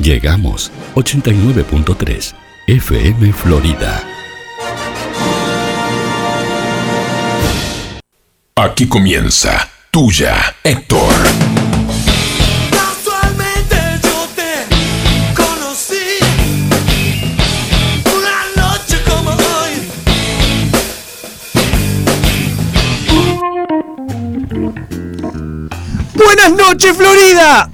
Llegamos 89.3 FM Florida. Aquí comienza Tuya, Héctor. Casualmente yo te conocí una noche como hoy. Buenas noches, Florida.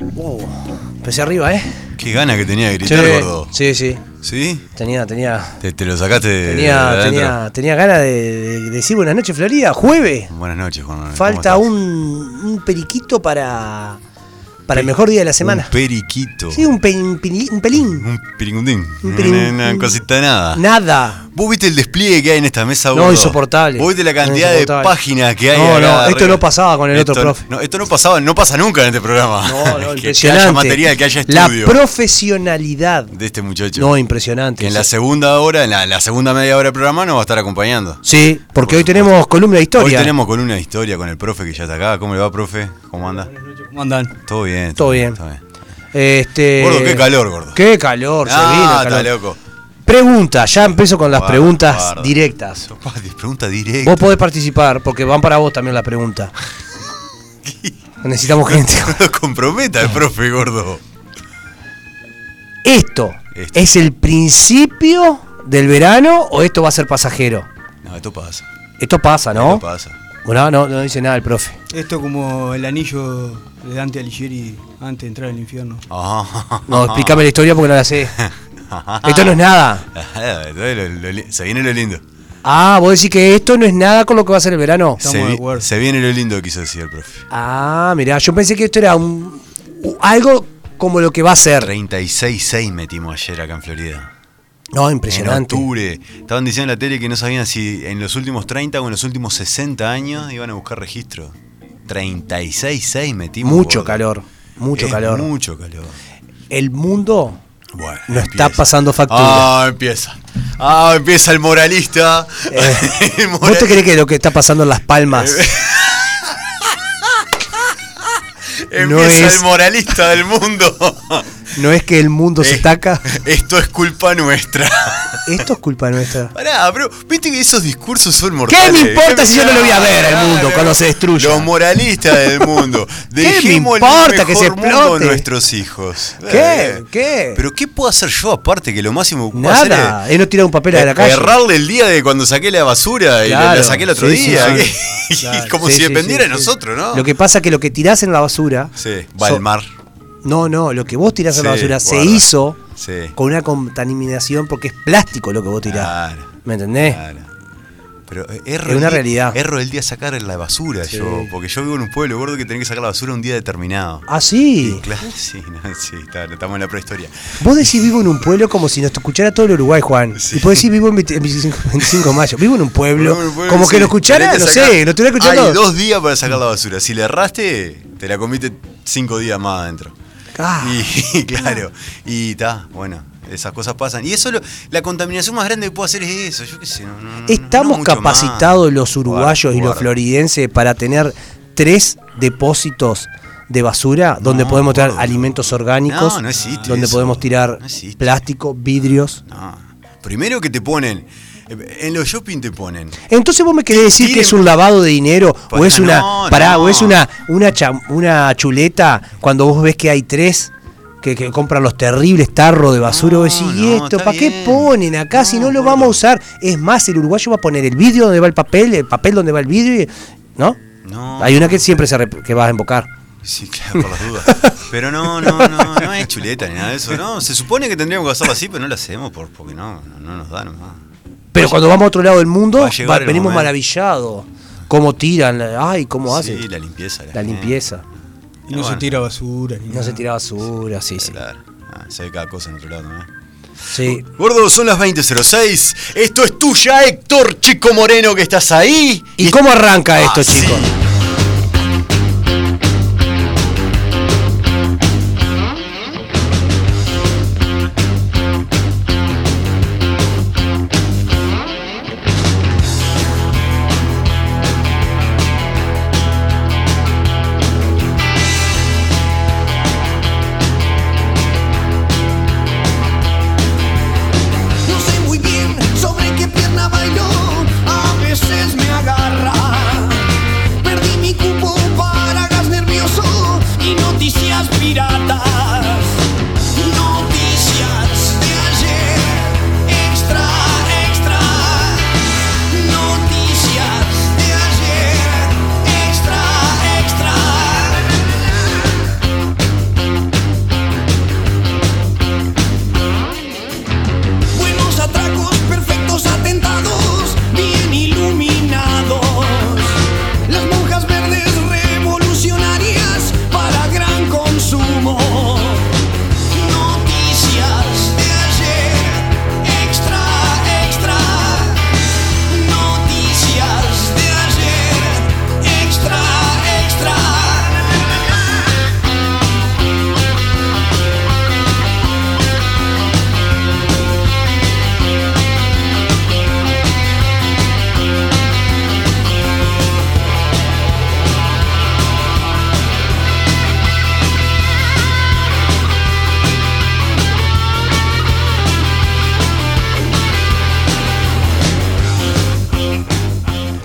empecé arriba, ¿eh? Qué gana que tenía de gritar, Sí, gordo. sí, sí. ¿Sí? Tenía, tenía, Te, te lo sacaste de- de tenía, adentro. tenía, tenía ganas de, de- de decir buenas noches, Florida. Jueves. Buenas noches, Juan. Manuel. Falta ¿Cómo un, estás? un periquito para, para el mejor día de la semana. Un periquito. Sí, un, pe- un pili- un pelín. Un piringundín. Un pirin- Una, una cosita de nada. Nada. ¿Vos viste el despliegue que hay en esta mesa, No, gordo? insoportable. ¿Vos viste la No, cantidad de insoportable. páginas que hay? No, acá no, esto arriba? no pasaba con el otro Esto- profe. No, esto no pasaba, no pasa nunca en este programa. No, no, que, que haya impresionante. material, que haya la estudio profesionalidad. de este muchacho. No, impresionante. que en la Sí. segunda hora, en la, la segunda media hora del programa nos va a estar acompañando. Sí, porque hoy tenemos columna de historia. Hoy tenemos con una historia con el profe que ya está acá. ¿Cómo le va, profe? ¿Cómo anda? ¿Cómo andan? Todo bien. Todo bien. Este... Gordo, qué calor, gordo. Qué calor, se vino ah, el está calor. loco. Pregunta, ya empiezo con las Guarda, preguntas guarda. directas. Sopa de Pregunta directa. Vos podés participar porque van para vos también las preguntas. Necesitamos gente. No lo comprometa el profe, gordo. ¿Esto Esto. es el principio del verano o esto va a ser pasajero? No, esto pasa. Esto pasa, ¿no? Esto pasa. Bueno, no, no dice nada el profe. Esto como el anillo de Dante Alighieri antes de entrar al infierno. Ah, No, explícame la historia porque no la sé. Esto no es nada. Ah, entonces lo- lo li- se viene lo lindo. Ah, vos decís que esto no es nada con lo que va a ser el verano. Estamos se, de vi- acuerdo. se viene lo lindo, quiso decir el profe. Ah, mirá, yo pensé que esto era un, u- algo como lo que va a ser. 36-6 metimos ayer acá en Florida. No, En impresionante. octubre. Estaban diciendo en la tele que no sabían si en los últimos 30 o en los últimos 60 años iban a buscar registro. 36-6 metimos. Mucho gordo. calor, mucho Es calor. Mucho calor. El mundo Bueno, No está pasando factura. Ah, empieza. Ah, empieza el moralista. Eh, El ¿Vos te moral- crees que lo que está pasando en Las Palmas? Empieza no es- el moralista del mundo. ¿No es que el mundo se Eh, taca? Esto es culpa nuestra. Esto es culpa nuestra. Pará, pero viste que esos discursos son mortales. ¿Qué me importa si yo no lo voy a ver al Claro. mundo cuando se destruya? Los moralistas del mundo. ¿Qué me Dejémosle un importa que se mejor mundo a explote? nuestros hijos. ¿Qué? Eh. ¿Qué? ¿Pero qué puedo hacer yo aparte que lo máximo que puedo hacer es- er- Nada. Él no tira un papel a la calle. Errarle el día de cuando saqué la basura y la- la, Claro, saqué el otro sí, sí, día. sí. Y Claro. Como Sí, si sí, dependiera sí, de sí. nosotros, ¿no? Lo que pasa es que lo que tirás en la basura. Sí, va so- al mar. No, no, lo que vos tirás en la Sí, basura se guarda. hizo Sí. Ah. con una contaminación porque es plástico lo que vos tirás. Claro, ¿Me entendés? claro. Pero eh, Eh. erro Es el una día- realidad. Erro el día a sacar la basura Sí. yo. Porque yo vivo en un pueblo gordo que tenés que sacar la basura un día determinado. Ah, sí. Claro, sí, no, sí, está- estamos en la prehistoria. Vos decís vivo en un pueblo como si nos escuchara todo el Uruguay, Juan. Sí. Y vos decís vivo en 20 en 25, 25 de mayo. Vivo en un pueblo. Pero, bueno, como sí, que lo escuchara, tenés que no sacar- sé, lo estuviera escuchando. Hay dos días para sacar la basura. Si le erraste, te la comiste cinco días más adentro. Ah. Y, y claro, y está, bueno, esas cosas pasan. Y eso, lo- la contaminación más grande que puedo hacer es eso. Yo qué sé, no- no- no- no Estamos mucho capacitados más. los uruguayos Guarda, y los guarda. floridenses para tener tres depósitos de basura donde No, podemos tirar gordo. alimentos orgánicos, No, no existe donde eso. podemos tirar No existe. plástico, vidrios. No. Primero que te ponen, eh, en los shopping te ponen. Entonces vos me querés decir que Tiren- es un lavado de dinero o Pues es no, una no. pará, o es una una cha- una chuleta cuando vos ves que hay tres que, que compran los terribles tarros de basura, vos decís, No, ¿y no, esto? está ¿Para qué bien. ponen acá si no No, lo gordo. vamos a usar? Es más, el uruguayo va a poner el vidrio donde va el papel, el papel donde va el vidrio, y- ¿no? No. Hay una que siempre se rep- que vas a embocar. Sí, claro, por las dudas. Pero no, no, no, no es chuleta ni nada de eso. No, se supone que tendríamos que hacerlo así, pero no lo hacemos por, porque no, no, no nos da nomás. Pero cuando vamos a otro lado del mundo, Pues va a llegar va- el venimos momento. maravillados. Cómo tiran, la- ay, cómo sí, hacen. la limpieza. La gente. limpieza. Y no Ah, se bueno. tira basura. Ni No nada. se tira basura, sí, sí. Claro. Ah, se ve cada cosa en otro lado, ¿no? Sí. Gordo, son las 20.06. Esto es tuya, Héctor Chico Moreno, que estás ahí. ¿Y cómo arranca Ah, esto, sí. chicos?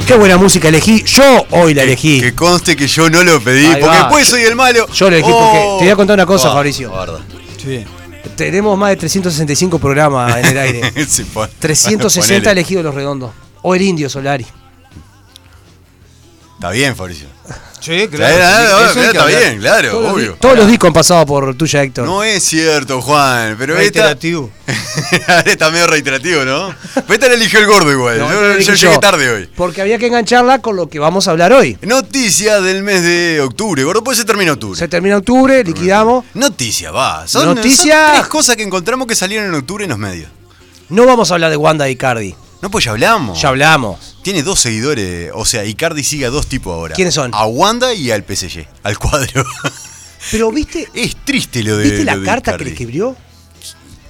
Qué buena música elegí. Yo hoy la elegí. Que conste que yo no lo pedí, Ahí porque va. después soy el malo. Yo lo elegí porque- te voy a contar una cosa, Ah, Fabricio. guarda. Sí. Tenemos más de 365 programas en el aire. Sí, pon- 360 ponele. elegidos los redondos. O el indio Solari. Está bien, Fabricio. Sí, Claro, claro, eso hay que está hablar. bien, claro, Todos, los, obvio. di- todos los discos han pasado por tuya, Héctor. No es cierto, Juan, pero esta, Reiterativo. Ahora está medio reiterativo, ¿no? Vete la eligió el gordo igual. No, yo no lo yo elegí llegué yo. tarde hoy. Porque había que engancharla con lo que vamos a hablar hoy. Noticia del mes de octubre, gordo. Pues se termina octubre. Se termina octubre, liquidamos. Noticia, va. Son, Noticia. son tres cosas que encontramos que salieron en octubre en los medios. No vamos a hablar de Wanda y Cardi. No, pues ya hablamos. Ya hablamos. Tiene dos seguidores. O sea, Icardi sigue a dos tipos ahora. ¿Quiénes son? A Wanda y al PSG. Al cuadro. Pero viste, es triste lo de. ¿viste la lo de carta que Icardi. le escribió?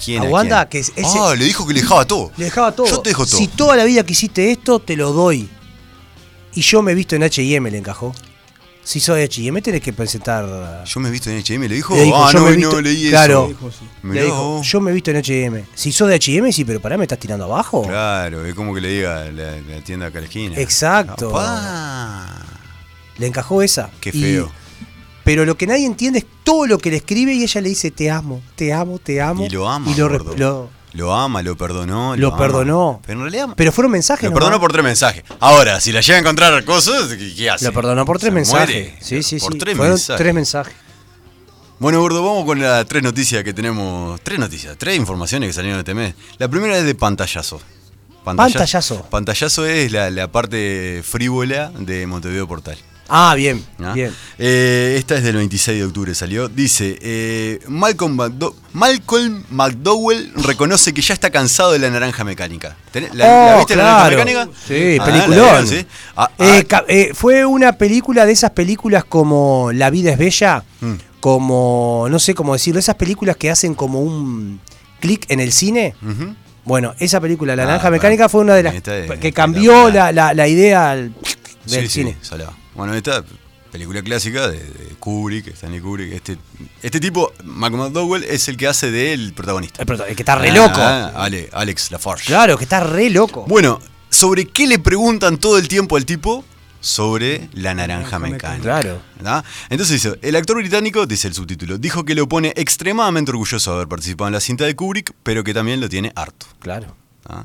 ¿Quién, a quién? Wanda, que es- ese- Ah, le dijo que le dejaba todo. Le dejaba todo. Yo te dejo todo. Si toda la vida quisiste esto, te lo doy. Y yo me he visto en HM, le encajó. Si sos de HM, tenés que presentar. Yo me he visto en HM, le dijo. Le dijo, ah, yo no, me he no visto- leí Claro. eso. Dijo, sí. Mirá le dijo, vos. yo me he visto en HM. Si sos de HM, sí, pero pará, me estás tirando abajo. Claro, es como que le diga la, la tienda acá a la esquina. Exacto. Apá, Le encajó esa. Qué Y- feo. pero lo que nadie entiende es todo lo que le escribe y ella le dice, te amo, te amo, te amo. Y lo ama. Y lo, gordo. re- lo- Lo ama, lo perdonó. Lo ama. perdonó. Pero en realidad. Pero fueron mensajes. lo nomás. perdonó por tres mensajes. Ahora, si la llega a encontrar cosas, ¿qué, qué hace? Lo perdonó por tres Se mensajes. muere. Sí, sí, Por sí. tres Fueron mensajes. tres mensajes. Bueno, gordo, vamos con las tres noticias que tenemos. Tres noticias, tres informaciones que salieron este mes. La primera es de pantallazo. Pantallazo. Pantallazo es la, la parte frívola de Montevideo Portal. Ah, bien, ¿no? bien. Eh, esta es del 26 de octubre, salió. Dice, eh, Malcolm, Macdo- Malcolm McDowell reconoce que ya está cansado de la naranja mecánica. ¿Tenés- ¿La, la Oh, viste la naranja claro. mecánica? Sí, Ah, peliculón. la vieron, sí. Ah, ah, Eh, ca- eh, fue una película de esas películas como La vida es bella, Mm. como, no sé cómo decirlo, esas películas que hacen como un clic en el cine. ujú. Bueno, esa película, La Ah, Naranja pa- Mecánica, fue una de las esta es que cambió la, espectacular. la- la idea al- del Sí, sí, cine. salá. Bueno, esta película clásica de, de Kubrick, Stanley Kubrick. Este, este tipo, Malcolm McDowell, es el que hace de él el protagonista. El prota- el Eh, que está re loco. Ah, Ale- Alex Lafarge. Claro, que está re loco. Bueno, ¿sobre qué le preguntan todo el tiempo al tipo? Sobre la naranja Naranja mecánica. mecánica. Claro. ¿verdad? Entonces dice, el actor británico, dice el subtítulo, dijo que lo pone extremadamente orgulloso de haber participado en la cinta de Kubrick, pero que también lo tiene harto. Claro. ¿Ah?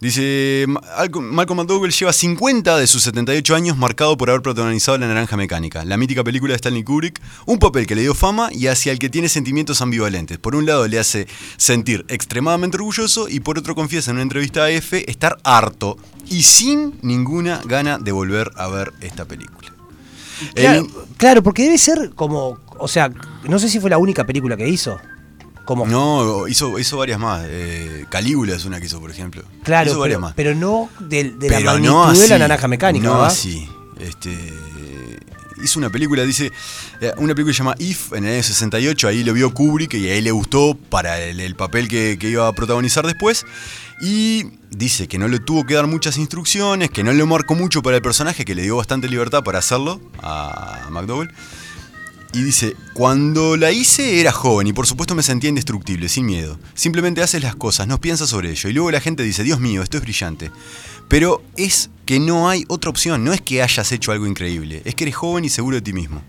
Dice, Ma- Alco- Malcolm McDowell lleva 50 de sus 78 años marcado por haber protagonizado La Naranja Mecánica, la mítica película de Stanley Kubrick, un papel que le dio fama y hacia el que tiene sentimientos ambivalentes. Por un lado le hace sentir extremadamente orgulloso y por otro confiesa en una entrevista a F estar harto y sin ninguna gana de volver a ver esta película. Claro, El- claro, porque debe ser como, o sea, no sé si fue la única película que hizo. Como, no, hizo, hizo varias más. Eh, Calígula es una que hizo, por ejemplo. claro, hizo varias pero, más. pero no del- de, la Pero magnitud no de la así, naranja mecánica, No ¿verdad? así. Este, hizo una película, dice, eh, una película que se llama If en el año 68, ahí lo vio Kubrick y ahí le gustó para el, el papel que, que iba a protagonizar después. Y dice que no le tuvo que dar muchas instrucciones, que no le marcó mucho para el personaje, que le dio bastante libertad para hacerlo a McDowell. Y dice, cuando la hice era joven y por supuesto me sentía indestructible, sin miedo. Simplemente haces las cosas, no piensas sobre ello. Y luego la gente dice, Dios mío, esto es brillante. Pero es que no hay otra opción, no es que hayas hecho algo increíble, es que eres joven y seguro de ti mismo.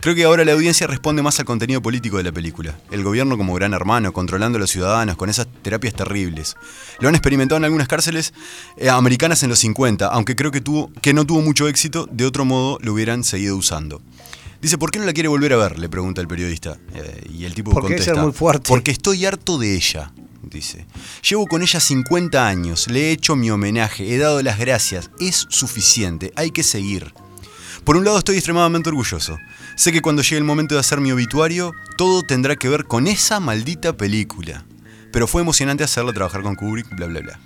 Creo que ahora la audiencia responde más al contenido político de la película. El gobierno como gran hermano, controlando a los ciudadanos con esas terapias terribles. Lo han experimentado en algunas cárceles eh, americanas en los 50, aunque creo que, tuvo, que no tuvo mucho éxito, de otro modo lo hubieran seguido usando. Dice, ¿por qué no la quiere volver a ver? Le pregunta el periodista. Eh, y el tipo Porque debe contesta. ser muy fuerte. Porque estoy harto de ella, dice. Llevo con ella 50 años, le he hecho mi homenaje, he dado las gracias, es suficiente, hay que seguir. Por un lado estoy extremadamente orgulloso. Sé que cuando llegue el momento de hacer mi obituario, todo tendrá que ver con esa maldita película. Pero fue emocionante hacerla trabajar con Kubrick, bla, bla, bla.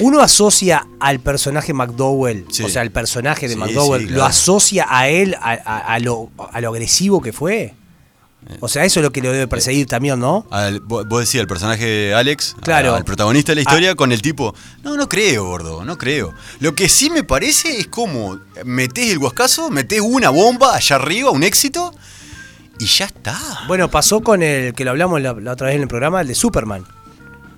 Uno asocia al personaje McDowell, Sí. o sea, al personaje de Sí, McDowell, sí, lo claro. asocia a él, a, a- a lo, a lo agresivo que fue. O sea, eso es lo que lo debe perseguir también, ¿no? Al- vos vos decías, el personaje de Alex, Claro. Ah. al protagonista de la historia, con el tipo, no, no creo, gordo, no creo. Lo que sí me parece es como metés el huascazo, metés una bomba allá arriba, un éxito, y ya está. Bueno, pasó con el que lo hablamos la, la otra vez en el programa, el de Superman.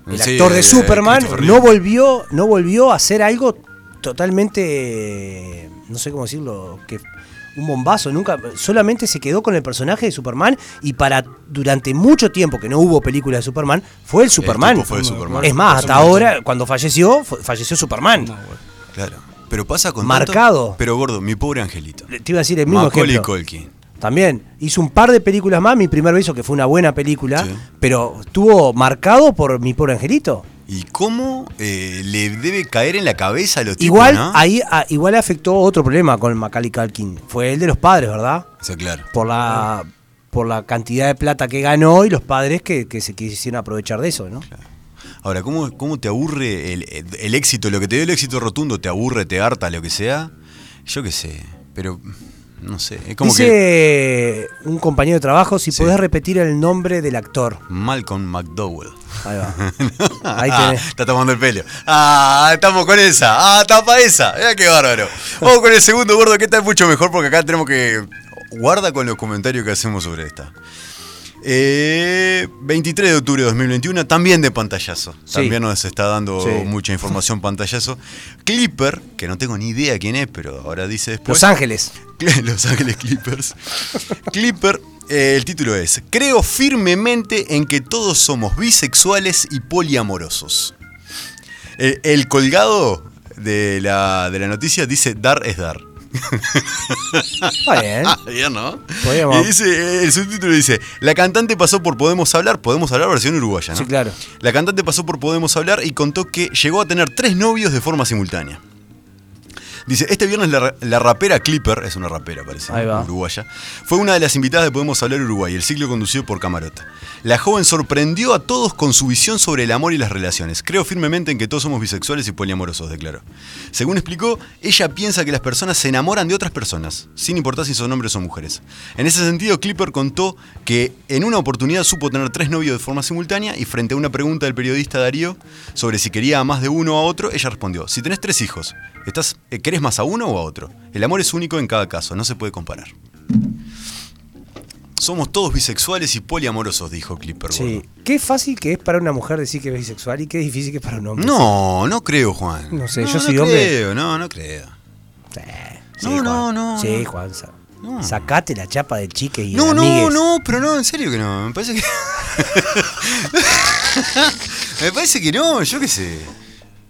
el Sí, actor de eh, Superman, Christopher no Reeve. volvió, no volvió a hacer algo totalmente, no sé cómo decirlo, que un bombazo, nunca, solamente se quedó con el personaje de Superman y para durante mucho tiempo que no hubo película de Superman, fue el Superman. tipo fue el Superman. Es más, Por hasta supuesto. ahora, cuando falleció, fu- falleció Superman. No, bueno. Claro. Pero pasa con. Marcado. tanto- pero gordo, mi pobre angelito. Te iba a decir el mismo Macaulay ejemplo. Culkin. También hizo un par de películas más, mi primer beso, que fue una buena película, Sí. pero estuvo marcado por mi pobre angelito. ¿Y cómo eh, le debe caer en la cabeza a los tipos? Igual ¿no? ahí a- igual afectó otro problema con Macaulay Culkin, fue el de los padres, ¿verdad? O sea, claro. Por la por la cantidad de plata que ganó y los padres que, que se quisieron aprovechar de eso, ¿no? Ahora, ¿cómo, cómo te aburre el, el éxito? Lo que te dio el éxito rotundo, te aburre, te harta, lo que sea. Yo qué sé, pero no sé. Es como Dice que un compañero de trabajo si Sí. podés repetir el nombre del actor. Malcolm McDowell. Ahí va. Ahí Ah, tenés. está tomando el pelo. Ah, estamos con esa. Ah, tapa esa. Mira qué bárbaro. Vamos con el segundo gordo, que está mucho mejor porque acá tenemos que. Guarda con los comentarios que hacemos sobre esta. Eh, 23 de octubre de 2021, también de pantallazo. Sí. También nos está dando Sí. mucha información pantallazo. Clipper, que no tengo ni idea quién es, pero ahora dice después. Los Ángeles. Los Ángeles Clippers. Clipper, eh, el título es Creo firmemente en que todos somos bisexuales y poliamorosos. El, el colgado de la, de la noticia dice dar es dar. Ah, Está bien. Bien, ¿no? Podríamos- Y dice, eh, el subtítulo dice, la cantante pasó por Podemos Hablar, Podemos Hablar versión uruguaya, ¿no? Sí, claro. La cantante pasó por Podemos Hablar y contó que llegó a tener tres novios de forma simultánea. Dice, este viernes la, ra- la rapera Clipper, es una rapera parece, Ahí va. uruguaya, fue una de las invitadas de Podemos Hablar Uruguay, el ciclo conducido por Camarota. La joven sorprendió a todos con su visión sobre el amor y las relaciones. Creo firmemente en que todos somos bisexuales y poliamorosos, declaró. Según explicó, ella piensa que las personas se enamoran de otras personas, sin importar si son hombres o mujeres. En ese sentido, Clipper contó que en una oportunidad supo tener tres novios de forma simultánea y frente a una pregunta del periodista Darío sobre si quería a más de uno o a otro, ella respondió, si tenés tres hijos, estás, eh, ¿querés más a uno o a otro? El amor es único en cada caso, no se puede comparar. Somos todos bisexuales y poliamorosos, dijo Clipper. Sí. gordo. Qué fácil que es para una mujer decir que es bisexual y qué difícil que es para un hombre. No, no creo, Juan. No sé, yo soy hombre. creo, no, no creo. Sí, No, Juan. no, no, Sí, no. Juan. sa- No. Sacate la chapa de chique y No, de no, amigues. no, pero no, en serio que no. Me parece que. me parece que no, yo qué sé.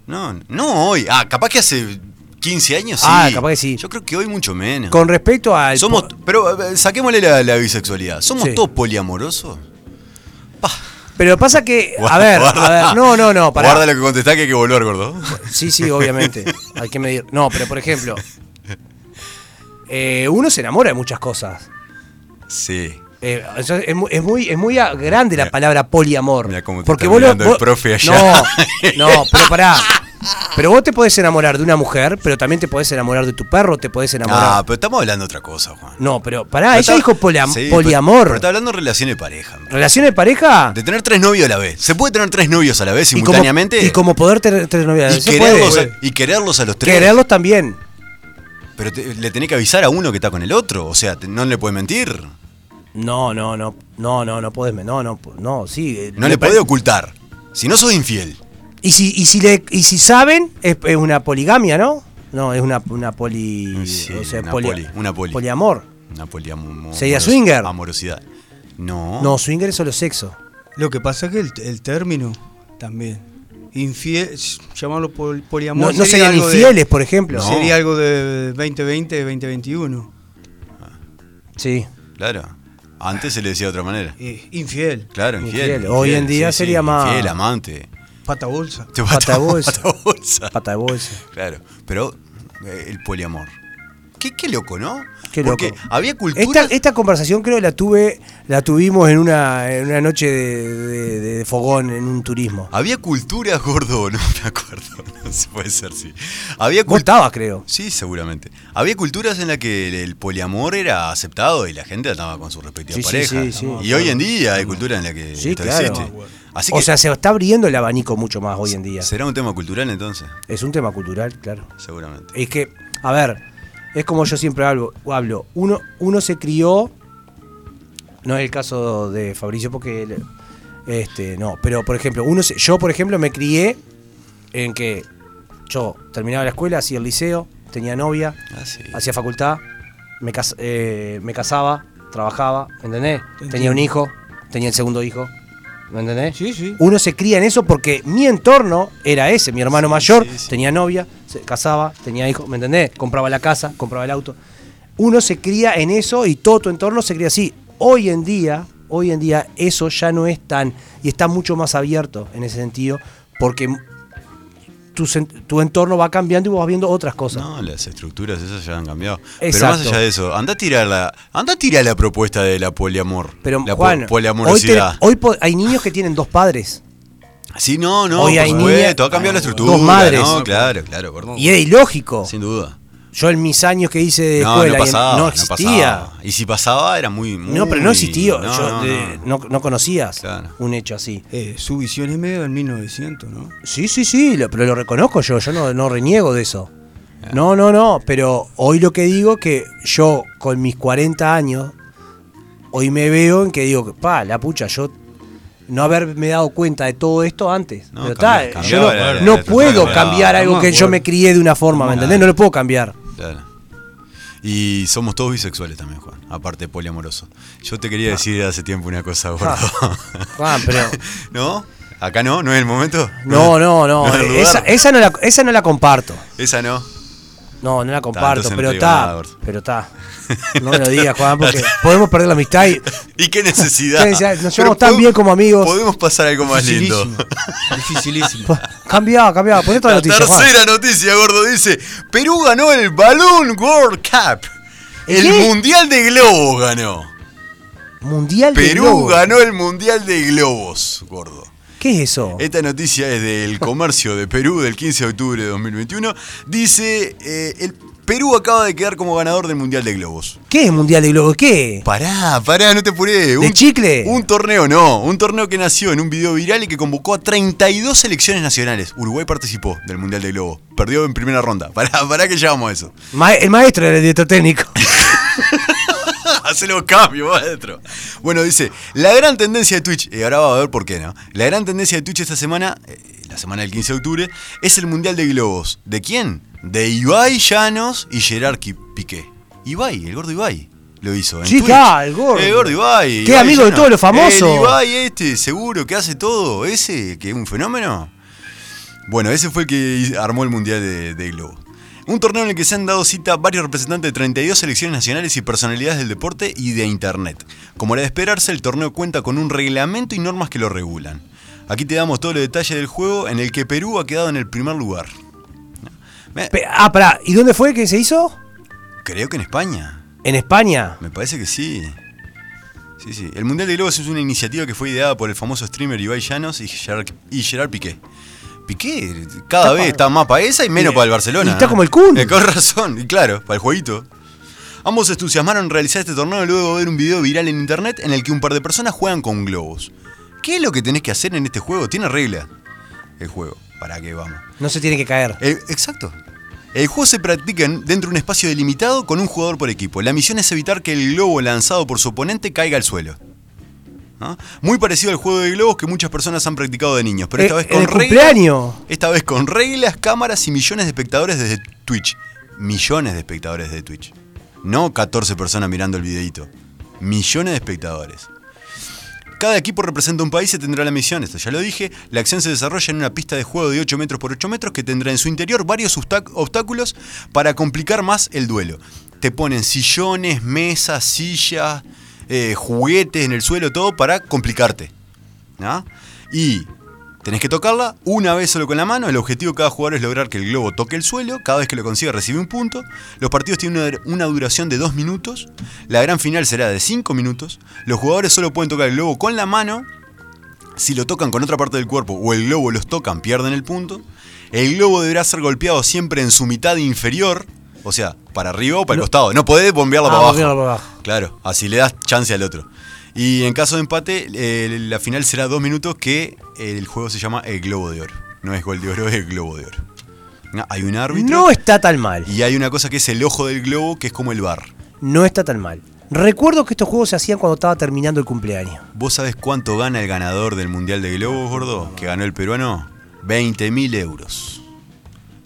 No, no hoy. Ah, capaz que hace 15 años sí. Ah, capaz que sí. Yo creo que hoy mucho menos. Con respecto al. Somos. Pero eh, saquémosle la, la bisexualidad. ¿Somos Sí. todos poliamorosos? Pero pasa que, a Guarda, ver, a guarda. ver, no, no, no, pará. Guarda lo que contestás que hay que volver, gordo. Sí, sí, obviamente. Hay que medir. No, pero por ejemplo, eh, uno se enamora de muchas cosas. Sí. Eh, entonces es, mu- es muy, es muy a- grande la palabra poliamor. mirá cómo te porque está vos, lo- mirando el vos- profe allá. No, no, pero pará. Pero vos te podés enamorar de una mujer, pero también te podés enamorar de tu perro, te podés Ah, enamorar. pero estamos hablando de otra cosa, Juan. no, pero pará, Pero Ah, ella está- dijo polia- Sí, pero- poliamor. Pero, está hablando de relaciones de pareja. man. ¿Relación de pareja? De tener tres novios a la vez. ¿Se puede tener tres novios a la vez Y como- simultáneamente? Y como, poder tener tener novia. Y Se quererlos, puede. a, y quererlos a los tres. Quererlos también. Pero te- le tenés que avisar a uno que está con el otro. O sea, te- no le puedes mentir. No, no, no, no, no, no podés, me- no, no, no, sí. eh, No me le pare- puedes ocultar. Si no sos infiel. Y si, y si le, y si saben, es, es una poligamia, ¿no? No, es una, una poli, Eh, Sí, o sea, una poli- poli, una poli. poliamor. Una poliamor. ¿Sería swinger? Amorosidad. No. No, swinger es solo sexo. Lo que pasa es que el, el término también. Infiel, llamarlo pol- No, poliamor. no serían algo de- infieles, por ejemplo. No. Sería algo de 2020, 2021. Sí, Claro. Antes se le decía de otra manera. Eh, infiel, Claro, infiel. Infiel. Hoy en día sería más- Infiel, amante. pata bolsa. Te Pata bolsa. pata bolsa. pata de bolsa. Claro, pero eh, el poliamor. Qué, qué loco, ¿no? Qué Porque loco. había cultura. Esta, esta conversación creo la tuve, la tuvimos en una, en una noche de, de- de fogón en un turismo. Había cultura, gordo, no me acuerdo. No se puede ser, sí. Había Vos cult- estabas, creo. Sí, seguramente. Había culturas en las que el, el poliamor era aceptado y la gente andaba con su respectiva Sí, sí, sí, pareja. sí. Y hoy en día hay culturas en las que Sí, esto claro. existe. eh, Así que O sea, se está abriendo el abanico mucho más hoy en día. será un tema cultural entonces, Es un tema cultural, claro. seguramente. Es que, a ver, es como yo siempre hablo. hablo. Uno, uno se crió, no es el caso de Fabricio porque él, Este, no, pero por ejemplo, uno se- yo por ejemplo me crié en que yo terminaba la escuela, hacía el liceo, tenía novia, Ah, sí. hacía facultad, me, cas- eh, me casaba, trabajaba, ¿entendés? Te Tenía entiendo. un hijo, tenía el segundo hijo, ¿me entendés? Sí, sí. Uno se cría en eso porque mi entorno era ese, mi hermano Sí, mayor sí, sí. tenía novia, se casaba, tenía hijos, ¿me entendés? Compraba la casa, compraba el auto. Uno se cría en eso y todo tu entorno se cría así. Hoy en día, hoy en día eso ya no es tan y está mucho más abierto en ese sentido porque tu, sen- tu entorno va cambiando y vos vas viendo otras cosas. No, las estructuras esas ya han cambiado. Pero Exacto. más allá de eso, anda a tirar la, anda a tirar la propuesta de la poliamor. Pero la po- Juan, hoy, te- poliamorosidad. hoy po- hay niños que tienen dos padres. sí, no, no, hoy por hay supuesto, niña- ha cambiado la dos estructura. madres. No, claro, claro, perdón. Y es ilógico. Sin duda. Yo en mis años que hice de No, escuela no y en- pasaba. no No existía. pasaba. Y si pasaba era muy, muy No, pero no existía. no, Yo, no, eh, no. no, no conocías Claro. un hecho así. Eh, su visión es medio del 1900, ¿no? Sí, sí, sí, lo- pero lo reconozco yo, yo no, no reniego de eso. No, no, no, pero hoy lo que digo que yo con mis 40 años, hoy me veo en que digo, pa, la pucha, yo no haberme dado cuenta de todo esto antes. No, pero cambió- está, cambió yo no, la- la- la no estructura, puedo cambió. cambiar algo Jamás, que yo boludo. me crié de una forma, ¿me entendés? No lo puedo cambiar. Claro. Y somos todos bisexuales también, Juan. Aparte poliamoroso. Yo te quería decir hace tiempo una cosa, gordo. Ah. Juan, pero- ¿No? ¿Acá no? ¿No es el momento? No, no, no, eh, es el lugar? esa, esa no la, esa no la comparto. Esa no. No, no la comparto, entonces no pero te digo está. nada, Gordo. pero está. No me lo digas, Juan, porque podemos perder la amistad y ¿Y qué necesidad? Ustedes ya nos Pero llevamos tan podemos- bien como amigos. Podemos pasar algo más lindo. Dificilísimo. Dificilísimo. Cambiaba, cambiaba. Poné toda La la noticia, Juan. tercera noticia, gordo, dice: Perú ganó el Balloon World Cup. ¿El El qué? Mundial de Globos ganó. Mundial de Perú Globos. ganó el Mundial de Globos, gordo. ¿Qué es eso? Esta noticia es del Comercio de Perú del 15 de octubre de 2021. Dice, eh, el Perú acaba de quedar como ganador del Mundial de Globos. ¿Qué es Mundial de Globos? ¿Qué? Pará, pará, no te apuré. ¿De chicle? Un torneo, no. Un torneo que nació en un video viral y que convocó a 32 selecciones nacionales. Uruguay participó del Mundial de Globos. Perdió en primera ronda. Pará, pará que llevamos a eso. Ma- el maestro era el director técnico. Hacelo cambio, maestro. Bueno, dice, la gran tendencia de Twitch, y ahora va a ver por qué, ¿no? La gran tendencia de Twitch esta semana, eh, la semana del 15 de octubre, es el Mundial de Globos. ¿De quién? De Ibai Llanos y Gerard Qui- Piqué. Ibai, el gordo Ibai. Lo hizo. En Sí, Twitch. claro, el gordo. El gordo Ibai. Qué Ibai amigo de Llanos. todos los famosos. El Ibai este, seguro, que hace todo. Ese, que es un fenómeno. Bueno, ese fue el que armó el Mundial de, de Globo. Un torneo en el que se han dado cita varios representantes de 32 selecciones nacionales y personalidades del deporte y de Internet. Como era de esperarse, el torneo cuenta con un reglamento y normas que lo regulan. Aquí te damos todos los detalles del juego en el que Perú ha quedado en el primer lugar. Me- Pe- ah, pará. ¿Y dónde fue que se hizo? creo que en España. En España. Me parece que sí. Sí, sí. El Mundial de Globos es una iniciativa que fue ideada por el famoso streamer Ibai Llanos y Gerard, y Gerard Piqué. Piqué cada vez está más para esa y menos para el Barcelona. y está ¿no? como el Kun. Eh, con razón, y claro, para el jueguito. Ambos se entusiasmaron en realizar este torneo luego de ver un video viral en internet en el que un par de personas juegan con globos. ¿Qué es lo que tenés que hacer en este juego? Tiene regla el juego. ¿Para qué vamos? No se tiene que caer. Eh, exacto. El juego se practica en- dentro de un espacio delimitado con un jugador por equipo. La misión es evitar que el globo lanzado por su oponente caiga al suelo. ¿Ah? Muy parecido al juego de globos que muchas personas han practicado de niños, pero esta Eh, vez en con el reglas. cumpleaños. Esta vez con reglas, cámaras y millones de espectadores desde Twitch. Millones de espectadores de Twitch. No 14 personas mirando el videito. Millones de espectadores. Cada equipo representa un país y tendrá la misión, esto ya lo dije. La acción se desarrolla en una pista de juego de 8 metros por 8 metros que tendrá en su interior varios obstac- obstáculos para complicar más el duelo. Te ponen sillones, mesas, sillas, eh, juguetes en el suelo, todo para complicarte. ¿Ah? Y tenés que tocarla una vez solo con la mano. El objetivo de cada jugador es lograr que el globo toque el suelo. Cada vez que lo consiga recibe un punto. Los partidos tienen una, una duración de 2 minutos. La gran final será de 5 minutos. Los jugadores solo pueden tocar el globo con la mano. Si lo tocan con otra parte del cuerpo o el globo los tocan, pierden el punto. El globo deberá ser golpeado siempre en su mitad inferior. O sea, para arriba o para el costado. No podés bombearlo Ah, para abajo. bombearlo para abajo. Claro, así le das chance al otro. Y en caso de empate, eh, la final será dos minutos que eh, el juego se llama el Globo de Oro. No es Gol de Oro, es el Globo de Oro. Na- Hay un árbitro No está tan mal. y hay una cosa que es el ojo del globo, que es como el bar. No está tan mal. Recuerdo que estos juegos se hacían cuando estaba terminando el cumpleaños. ¿Vos sabés cuánto gana el ganador del Mundial de Globos, gordo? Que ganó el peruano. 20.000 euros.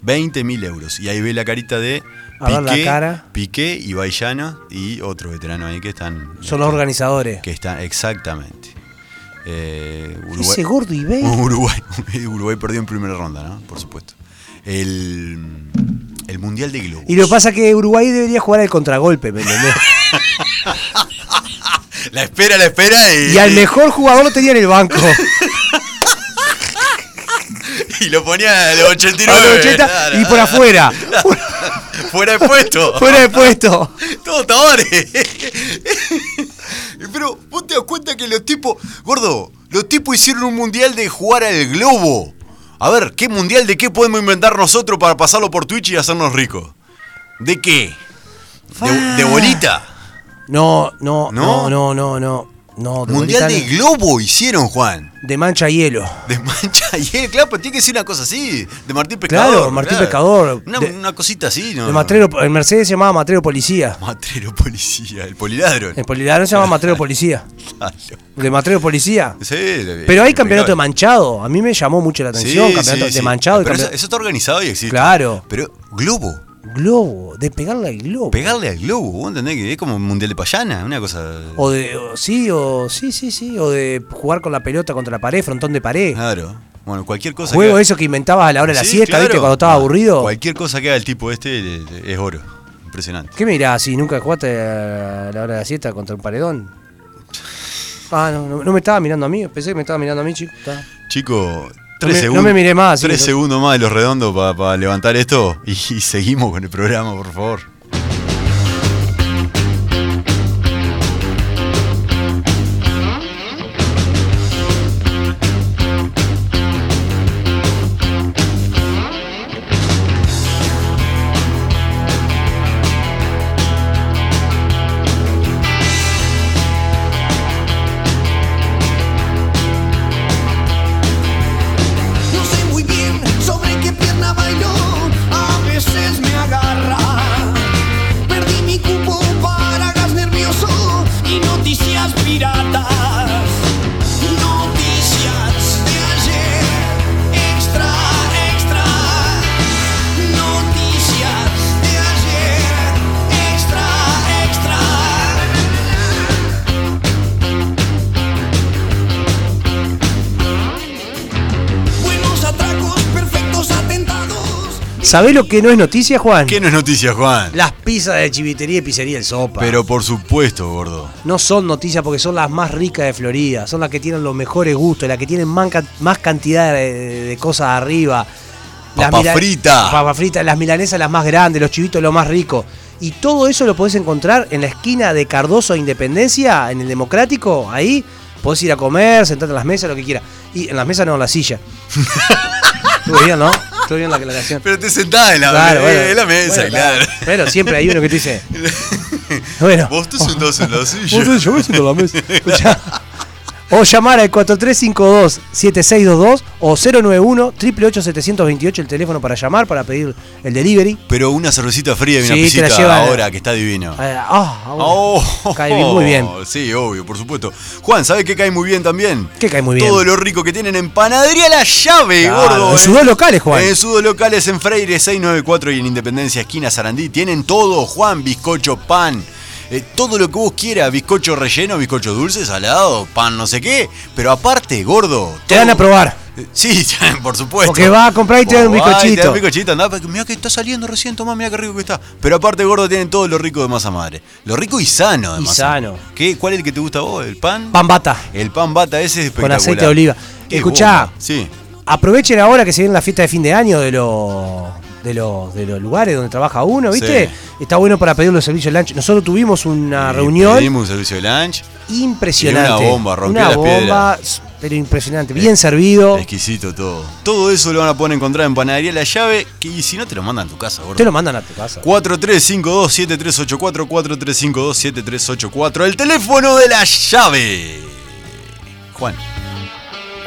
20.000 euros. Y ahí ve la carita de A ver la cara. Piqué y Baillano y otro veterano ahí que están. Son los organizadores. Que están, exactamente. Eh, Uruguay, Ese gordo y ve. Uruguay, Uruguay perdió en primera ronda, ¿no? Por supuesto. El, el Mundial de Globos. Y lo que pasa es que Uruguay debería jugar al contragolpe, ¿me entendés? La espera, la espera y, Y al mejor jugador lo tenía en el banco. y lo ponía a los 89. A los 80 y por afuera. Fuera de puesto. Fuera de puesto. Todos Tabares. Pero vos te das cuenta que los tipos. Gordo, los tipos hicieron un mundial de jugar al globo. A ver, ¿qué mundial de qué podemos inventar nosotros para pasarlo por Twitch y hacernos ricos? ¿De qué? ¿De, de bolita? No, no, ¿No? no, no, no, no. no de mundial de Bolitano. globo hicieron, Juan. de mancha hielo. De mancha y él, claro, pero tiene que ser una cosa así. De Martín Claro, Pescador. Martín Pescador. Una, De- una cosita así, ¿no? De matrero, el Mercedes se llamaba Matrero Policía. Matrero policía, el poliladro. El Poliladrón se llamaba Matrero Policía. De Matrero Policía. Pero hay campeonato de manchado. A mí me llamó mucho la atención. Sí, campeonato de sí, sí. manchado. y Pero eso, campeonato- eso está organizado y existe. Claro. Pero globo, Globo. De pegarle al globo. pegarle al globo, vos entendés que es como un mundial de payana, una cosa. O de. o- sí, o. Sí, sí, sí. O de jugar con la pelota contra la pared, frontón de pared. Claro. Bueno, cualquier cosa. Juego que- eso que inventabas a la hora de la Sí, siesta, claro. ¿viste? Cuando estaba Ah, aburrido. Cualquier cosa que haga el tipo este le- le- es oro. Impresionante. ¿Qué mirás si nunca jugaste a la hora de la siesta contra un paredón? Ah, no, no, no me estaba mirando a mí. Pensé que me estaba mirando a mí, chico. Está- Chico, tres me- no segundos. me miré más, sí, Tres no- segundos más de los redondos para levantar esto y, y seguimos con el programa, por favor. No sé muy bien sobre qué pierna bailó, a veces me agarra. Perdí mi cupo para gas nervioso y noticias piratas. Noticias de ayer, extra, extra. Noticias de ayer, extra, extra. Buenos atracos, perfectos atentados. ¿Sabés lo que no es noticia, Juan? ¿Qué no es noticia, Juan? Las pizzas de chivitería y pizzería El Sopa. Pero por supuesto, gordo. no son noticias porque son las más ricas de Florida, son las que tienen los mejores gustos, las que tienen man- más, cantidad de, de cosas arriba. Papa mila- frita. Papa frita, las milanesas las más grandes, los chivitos los más ricos. Y todo eso lo podés encontrar en la esquina de Cardoso e Independencia, en el Democrático, ahí podés ir a comer, sentarte en las mesas, lo que quieras. Y en las mesas no, en la silla. Estuve bien, ¿no? Estuve bien la aclaración. Pero te sentás en la, Claro, en bueno. la mesa, Bueno, claro. Pero siempre hay uno que te dice. Bueno. Vos te sentás en la Vos silla. sabés, yo me siento a la mesa. Escuchá. O llamar al 4352-7622 o 091-888-728, el teléfono para llamar, para pedir el delivery. Pero una cervecita fría y una Sí, te la pisita lleva- ahora que está divino. Eh, ah, ahora. Oh, Cae bien, muy bien. Sí, obvio, por supuesto. Juan, ¿sabes qué cae muy bien también? ¿Qué cae muy bien? Todo lo rico que tienen en Panadería La Llave, Claro, gordo. ¿eh? en sus dos locales, Juan. En sus dos locales, en Freire 694 y en Independencia, esquina Sarandí. Tienen todo, Juan, bizcocho, pan. eh, todo lo que vos quieras, bizcocho relleno, bizcocho dulce, salado, pan, no sé qué. Pero aparte, gordo. Te dan todo- a probar. Sí, por supuesto. Porque va a comprar y te dan un Vos vas y Te dan bizcochito. un bizcochito, andá, porque mirá que está saliendo recién, tomá, mirá qué rico que está. Pero aparte, gordo, tienen todo lo rico de masa madre. Lo rico y sano, además. Y sano. ¿Qué, ¿Cuál es el que te gusta a vos? ¿El pan? Pambata, El pan bata ese es espectacular. aceite de oliva. Qué Escuchá. bomba. Sí. aprovechen ahora que se viene la fiesta de fin de año de los, de los, de los lugares donde trabaja uno, ¿viste? Sí. Está bueno para pedir los servicios de lunch. Nosotros tuvimos una Y reunión. Pedimos Eh, un servicio de lunch. impresionante. Y una bomba, rompió Una las bomba, piedras. Eh, pero impresionante. Bien servido. Exquisito todo. Todo eso lo van a poder encontrar en Panadería La Llave. que- y si no, te lo mandan a tu casa, gordo. Te lo mandan a tu casa. 4352-7384, 4352-7384. El teléfono de la llave. Juan.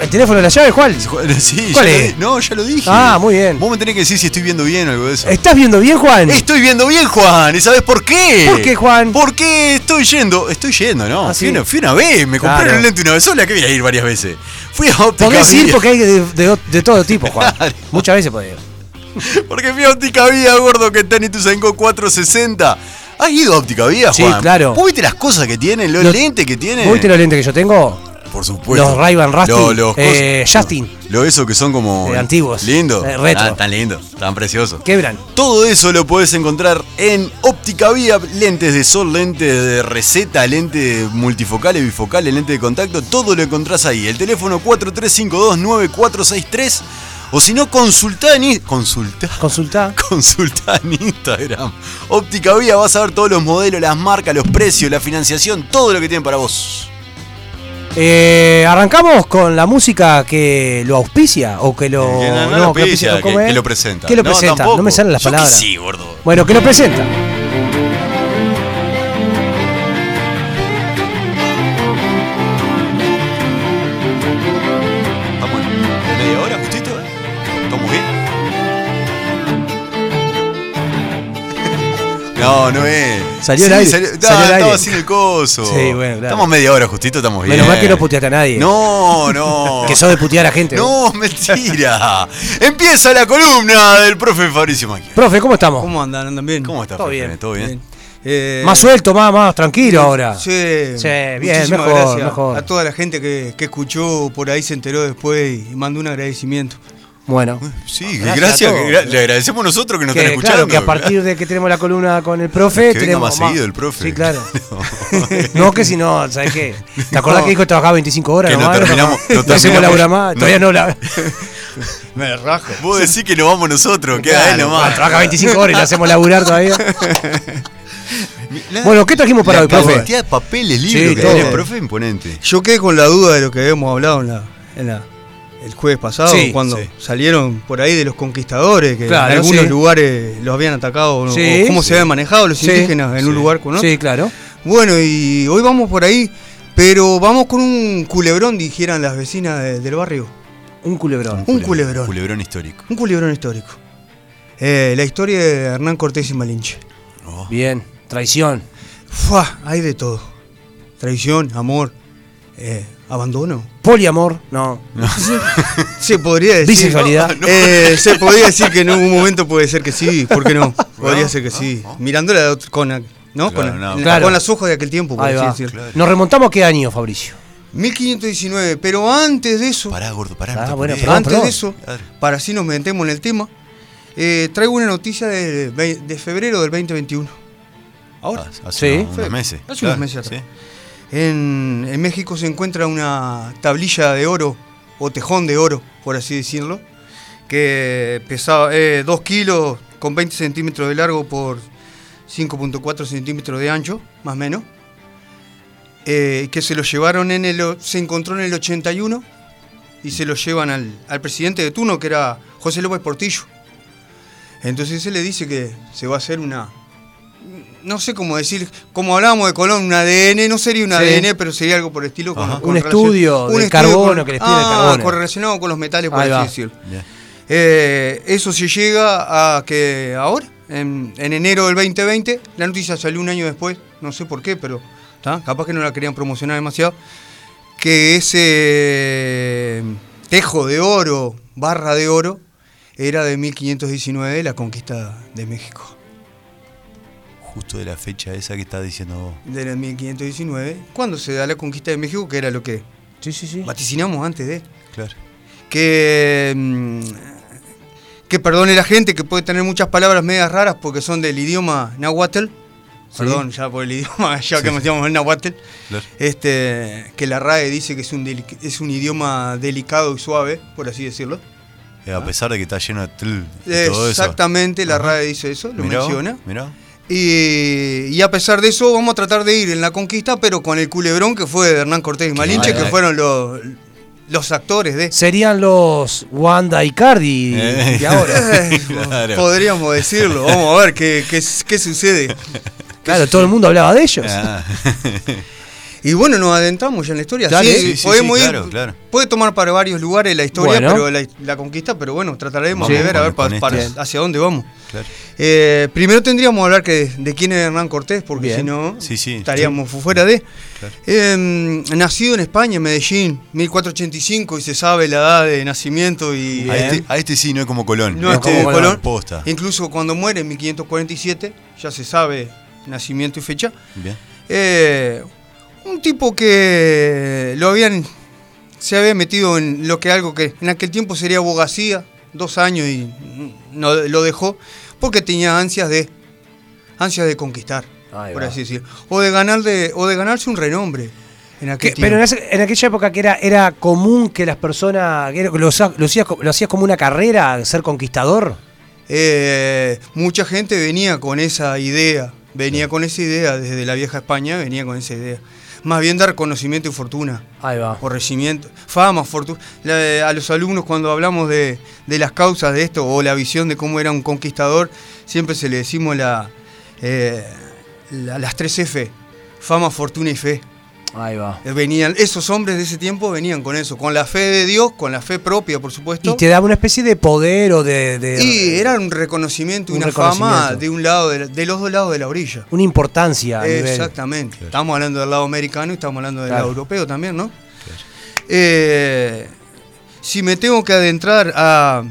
¿El teléfono de la llave, cuál? Sí, ¿Cuál ya lo es? di- no, ya lo dije. Ah, muy bien. Vos me tenés que decir si estoy viendo bien o algo de eso. ¿Estás viendo bien, Juan? Estoy viendo bien, Juan. ¿Y sabes por qué? ¿Por qué, Juan? Porque estoy yendo. Estoy yendo, ¿no? Ah, fui, sí. una, fui una vez, me compré Claro. el lente una vez sola, que voy a ir varias veces. Fui a óptica. Podés ir Vía. porque hay de, de- de todo tipo, Juan. Claro. Muchas veces podés ir. Porque fui a óptica vía, gordo, que está en Ituzaingó 460. ¿Has ido a óptica vía, Sí, Juan? claro. ¿Vos viste las cosas que tienen? ¿Los, Los- lentes que tienen? ¿Vos viste los lentes que yo tengo? Por supuesto. Los Ray-Ban Rusty. Los, los cos- Eh, Justin. Los esos que son como. Eh, antiguos. Lindos. Eh, retro. Ah, tan lindos, tan preciosos. Quebran. Todo eso lo podés encontrar en Óptica Vía, lentes de sol, lentes de receta, lentes multifocales, bifocales, lentes de contacto, todo lo encontrás ahí. El teléfono 43529463 o si no consultá en i- consultá Consultá. Consultá en Instagram. Óptica Vía vas a ver todos los modelos, las marcas, los precios, la financiación, todo lo que tienen para vos. Eh, arrancamos con la música que lo auspicia o que lo. Que no- no lo auspicia, que- ¿cómo es? que lo presenta. Que lo No, presenta. No, tampoco. me salen las Yo que palabras. sí, gordo. Bueno, que lo presenta. Estamos en Ah, media hora justito, ¿eh? ¿Estamos bien? No, no es. Salió Sí, el aire, Salió, salió No, el aire. Estaba haciendo el coso. Sí, bueno, claro. Estamos media hora justito, estamos bien. Menos mal que no puteaste a nadie. No, no. Que sos de putear a gente. vos. No, mentira. Empieza la columna del profe Fabricio Maquia. Profe, ¿cómo estamos? ¿Cómo andan? ¿Andan bien? ¿Cómo estás, Todo Fefe? bien. ¿Todo bien? Eh, Más suelto, más, más tranquilo ahora. Sí, Sí, bien, muchísimas mejor, gracias mejor. a toda la gente que, que escuchó, por ahí se enteró después y mandó un agradecimiento. Bueno. Sí, Gracias gracias. a todos. que gra- le agradecemos nosotros que nos Que, están claro, escuchando. que a partir de que tenemos la columna con el profe, Que venga tenemos más seguido el profe. Sí, claro. no, que si no, ¿sabes qué? ¿Te acordás No. que dijo que trabajaba 25 horas? Que no nomás? terminamos- no No hacemos terminamos- labura más, no. todavía no la. Me rajo. Vos decís que nos vamos nosotros, que haga él Claro, nomás. trabaja 25 horas y la hacemos laburar todavía. Bueno, ¿qué trajimos para La hoy, profe? cantidad de papeles, libros Sí, que todo. tiene el profe imponente. Yo quedé con la duda de lo que habíamos hablado en la, en la- el jueves pasado, Sí, cuando sí. salieron por ahí de los conquistadores, que Claro, en algunos sí. lugares los habían atacado, o- Sí. o cómo se habían manejado los Sí. indígenas en un Sí. lugar con otro. Sí, claro. Bueno, y hoy vamos por ahí, pero vamos con un culebrón, dijeran las vecinas de- del barrio. Un culebrón. Un culebrón. Culebrón histórico. Un culebrón histórico. Eh, la historia de Hernán Cortés y Malinche. Bien. Traición. Fua, hay de todo. Traición, amor, eh, abandono. Poliamor. No. Se podría decir. Bisexualidad. No, no. Eh, se podría decir que en algún momento puede ser que sí, ¿por qué no? Podría ser que sí. Mirándola de otro- con, ¿no? Ah, Claro, con, no. la- Claro. con las hojas de aquel Uh, tiempo, por Ahí así va. decirlo. Nos remontamos a qué año, Fabricio. 1519, pero antes de eso, Pará, gordo, pará. Ah, no te bueno, ponés. perdón, antes perdón. de eso, Claro. para así nos metemos en el tema, eh, traigo una noticia de, ve- de febrero del 2021. Ahora, Ah, Hace Sí. unos- unos meses. Hace unos Claro, meses atrás. sí. En, en México se encuentra una tablilla de oro, o tejón de oro, por así decirlo, que pesaba 2 kilos con 20 centímetros de largo por 5.4 centímetros de ancho, más o menos, eh, que se lo llevaron en el... o- se encontró en el 81 y se lo llevan al, al presidente de Tuno, que era José López Portillo. Entonces se le dice que se va a hacer una... No sé cómo decir, como hablábamos de Colón, un ADN, no sería un Sí. ADN, pero sería algo por el estilo. con- Ajá. con Un relación- estudio del carbono, que le estudia el ah, carbono. correlacionado con los metales, por Ahí va. así decirlo. Bien. Eh, eso se llega a que ahora, en, en enero del 2020, la noticia salió un año después, no sé por qué, pero ¿tá? capaz que no la querían promocionar demasiado, que ese tejo de oro, barra de oro, era de 1519, la conquista de México. Justo de la fecha esa que estás diciendo vos. De la 1519, cuando se da la conquista de México, que era lo que Sí, sí, sí. vaticinamos antes de... Claro. que mm, que perdone la gente que puede tener muchas palabras medias raras porque son del idioma nahuatl. Perdón, ya por el idioma, ya que mencionamos el nahuatl. Claro. Este, que la RAE dice que es un, delic- es un idioma delicado y suave, por así decirlo. Eh, Ah. A pesar de que está lleno de tl y todo eso. Exactamente, la Ajá. RAE dice eso, lo Mirá vos, menciona. mirá. Y, y a pesar de eso, vamos a tratar de ir en la conquista, pero con el culebrón que fue de Hernán Cortés y Malinche, mal, que eh. fueron los, los actores de. Serían los Wanda y Cardi Eh. de ahora. Eh, Claro. Podríamos decirlo. Vamos a ver qué, qué- qué sucede. Claro, todo el mundo hablaba de ellos. Ah, Y bueno, nos adentramos ya en la historia. Dale. Sí, Sí, sí, podemos sí, ir- claro, claro. Puede tomar para varios lugares la historia, Bueno. pero la, la conquista, pero bueno, trataremos Vamos de ver a con- ver pa- con para- este. hacia dónde vamos. Claro. Eh, primero tendríamos que hablar que, de quién es Hernán Cortés, porque Bien. si no Sí, sí. estaríamos fuera de. Eh, nacido en España, en Medellín, 1485, y se sabe la edad de nacimiento y A Bien. este, a este sí, no es como Colón. no, No, este como Colón. Posta. Incluso cuando muere en 1547, ya se sabe nacimiento y fecha. Bien. Eh, un tipo que lo habían. Se había metido en lo que algo que en aquel tiempo sería abogacía, dos años y no, lo dejó, porque tenía ansias de. ansias de conquistar, Ahí por va. así decir. O de ganar de, o de ganarse un renombre en aquel Que- tiempo. pero en, ese- en aquella época que era, era común que las personas, que era- lo, sa- lo hacías, co- lo hacías como una carrera, ser conquistador. Eh, mucha gente venía con esa idea, venía con esa idea desde la vieja España, venía con esa idea. Más bien dar conocimiento y fortuna. Ahí va. o regimiento, fama, fortuna. La- a los alumnos cuando hablamos de, de las causas de esto o la visión de cómo era un conquistador, siempre se le decimos la, eh, la- las tres F, fama, fortuna y fe. Ahí va. Eh, Venían, esos hombres de ese tiempo venían con eso, con la fe de Dios, con la fe propia, por supuesto. Y te daba una especie de poder o de. de- Y era un reconocimiento, Eh, y Un una fama reconocimiento. de un lado de, la- de los dos lados de la orilla. una importancia. a nivel- Exactamente. Estamos hablando del lado americano y estamos hablando del Claro. lado europeo también, ¿no? Eh, si me tengo que adentrar a,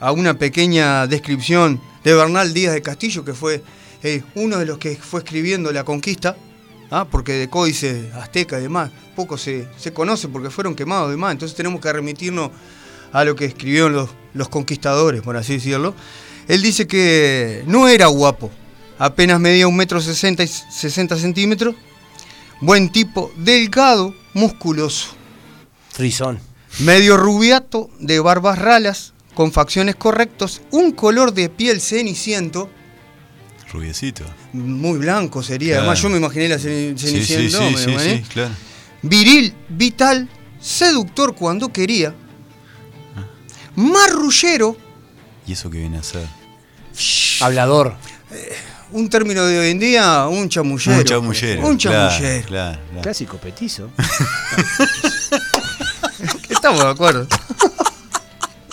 a una pequeña descripción de Bernal Díaz de Castillo, que fue eh, uno de los que fue escribiendo la conquista, ¿ah? porque de códice azteca y demás, poco se, se conoce porque fueron quemados y demás, entonces tenemos que remitirnos a lo que escribieron los, los conquistadores, por así decirlo. Él dice que no era guapo, apenas medía un metro sesenta y 60 centímetros, buen tipo, delgado, musculoso Frisón. medio rubiato, de barbas ralas, con facciones correctos, un color de piel ceniciento, Rubiecito. muy blanco sería, además yo Claro. me imaginé la Sí, ceni- sí, ceniciento, sí, me sí, imaginé. sí, claro. viril, vital, seductor cuando quería, Ah. marrullero, ¿Y eso qué viene a ser? Hablador. un término de hoy en día, un chamullero. Un chamullero. Un claro, chamullero. Claro, claro. Clásico petizo. Estamos de acuerdo.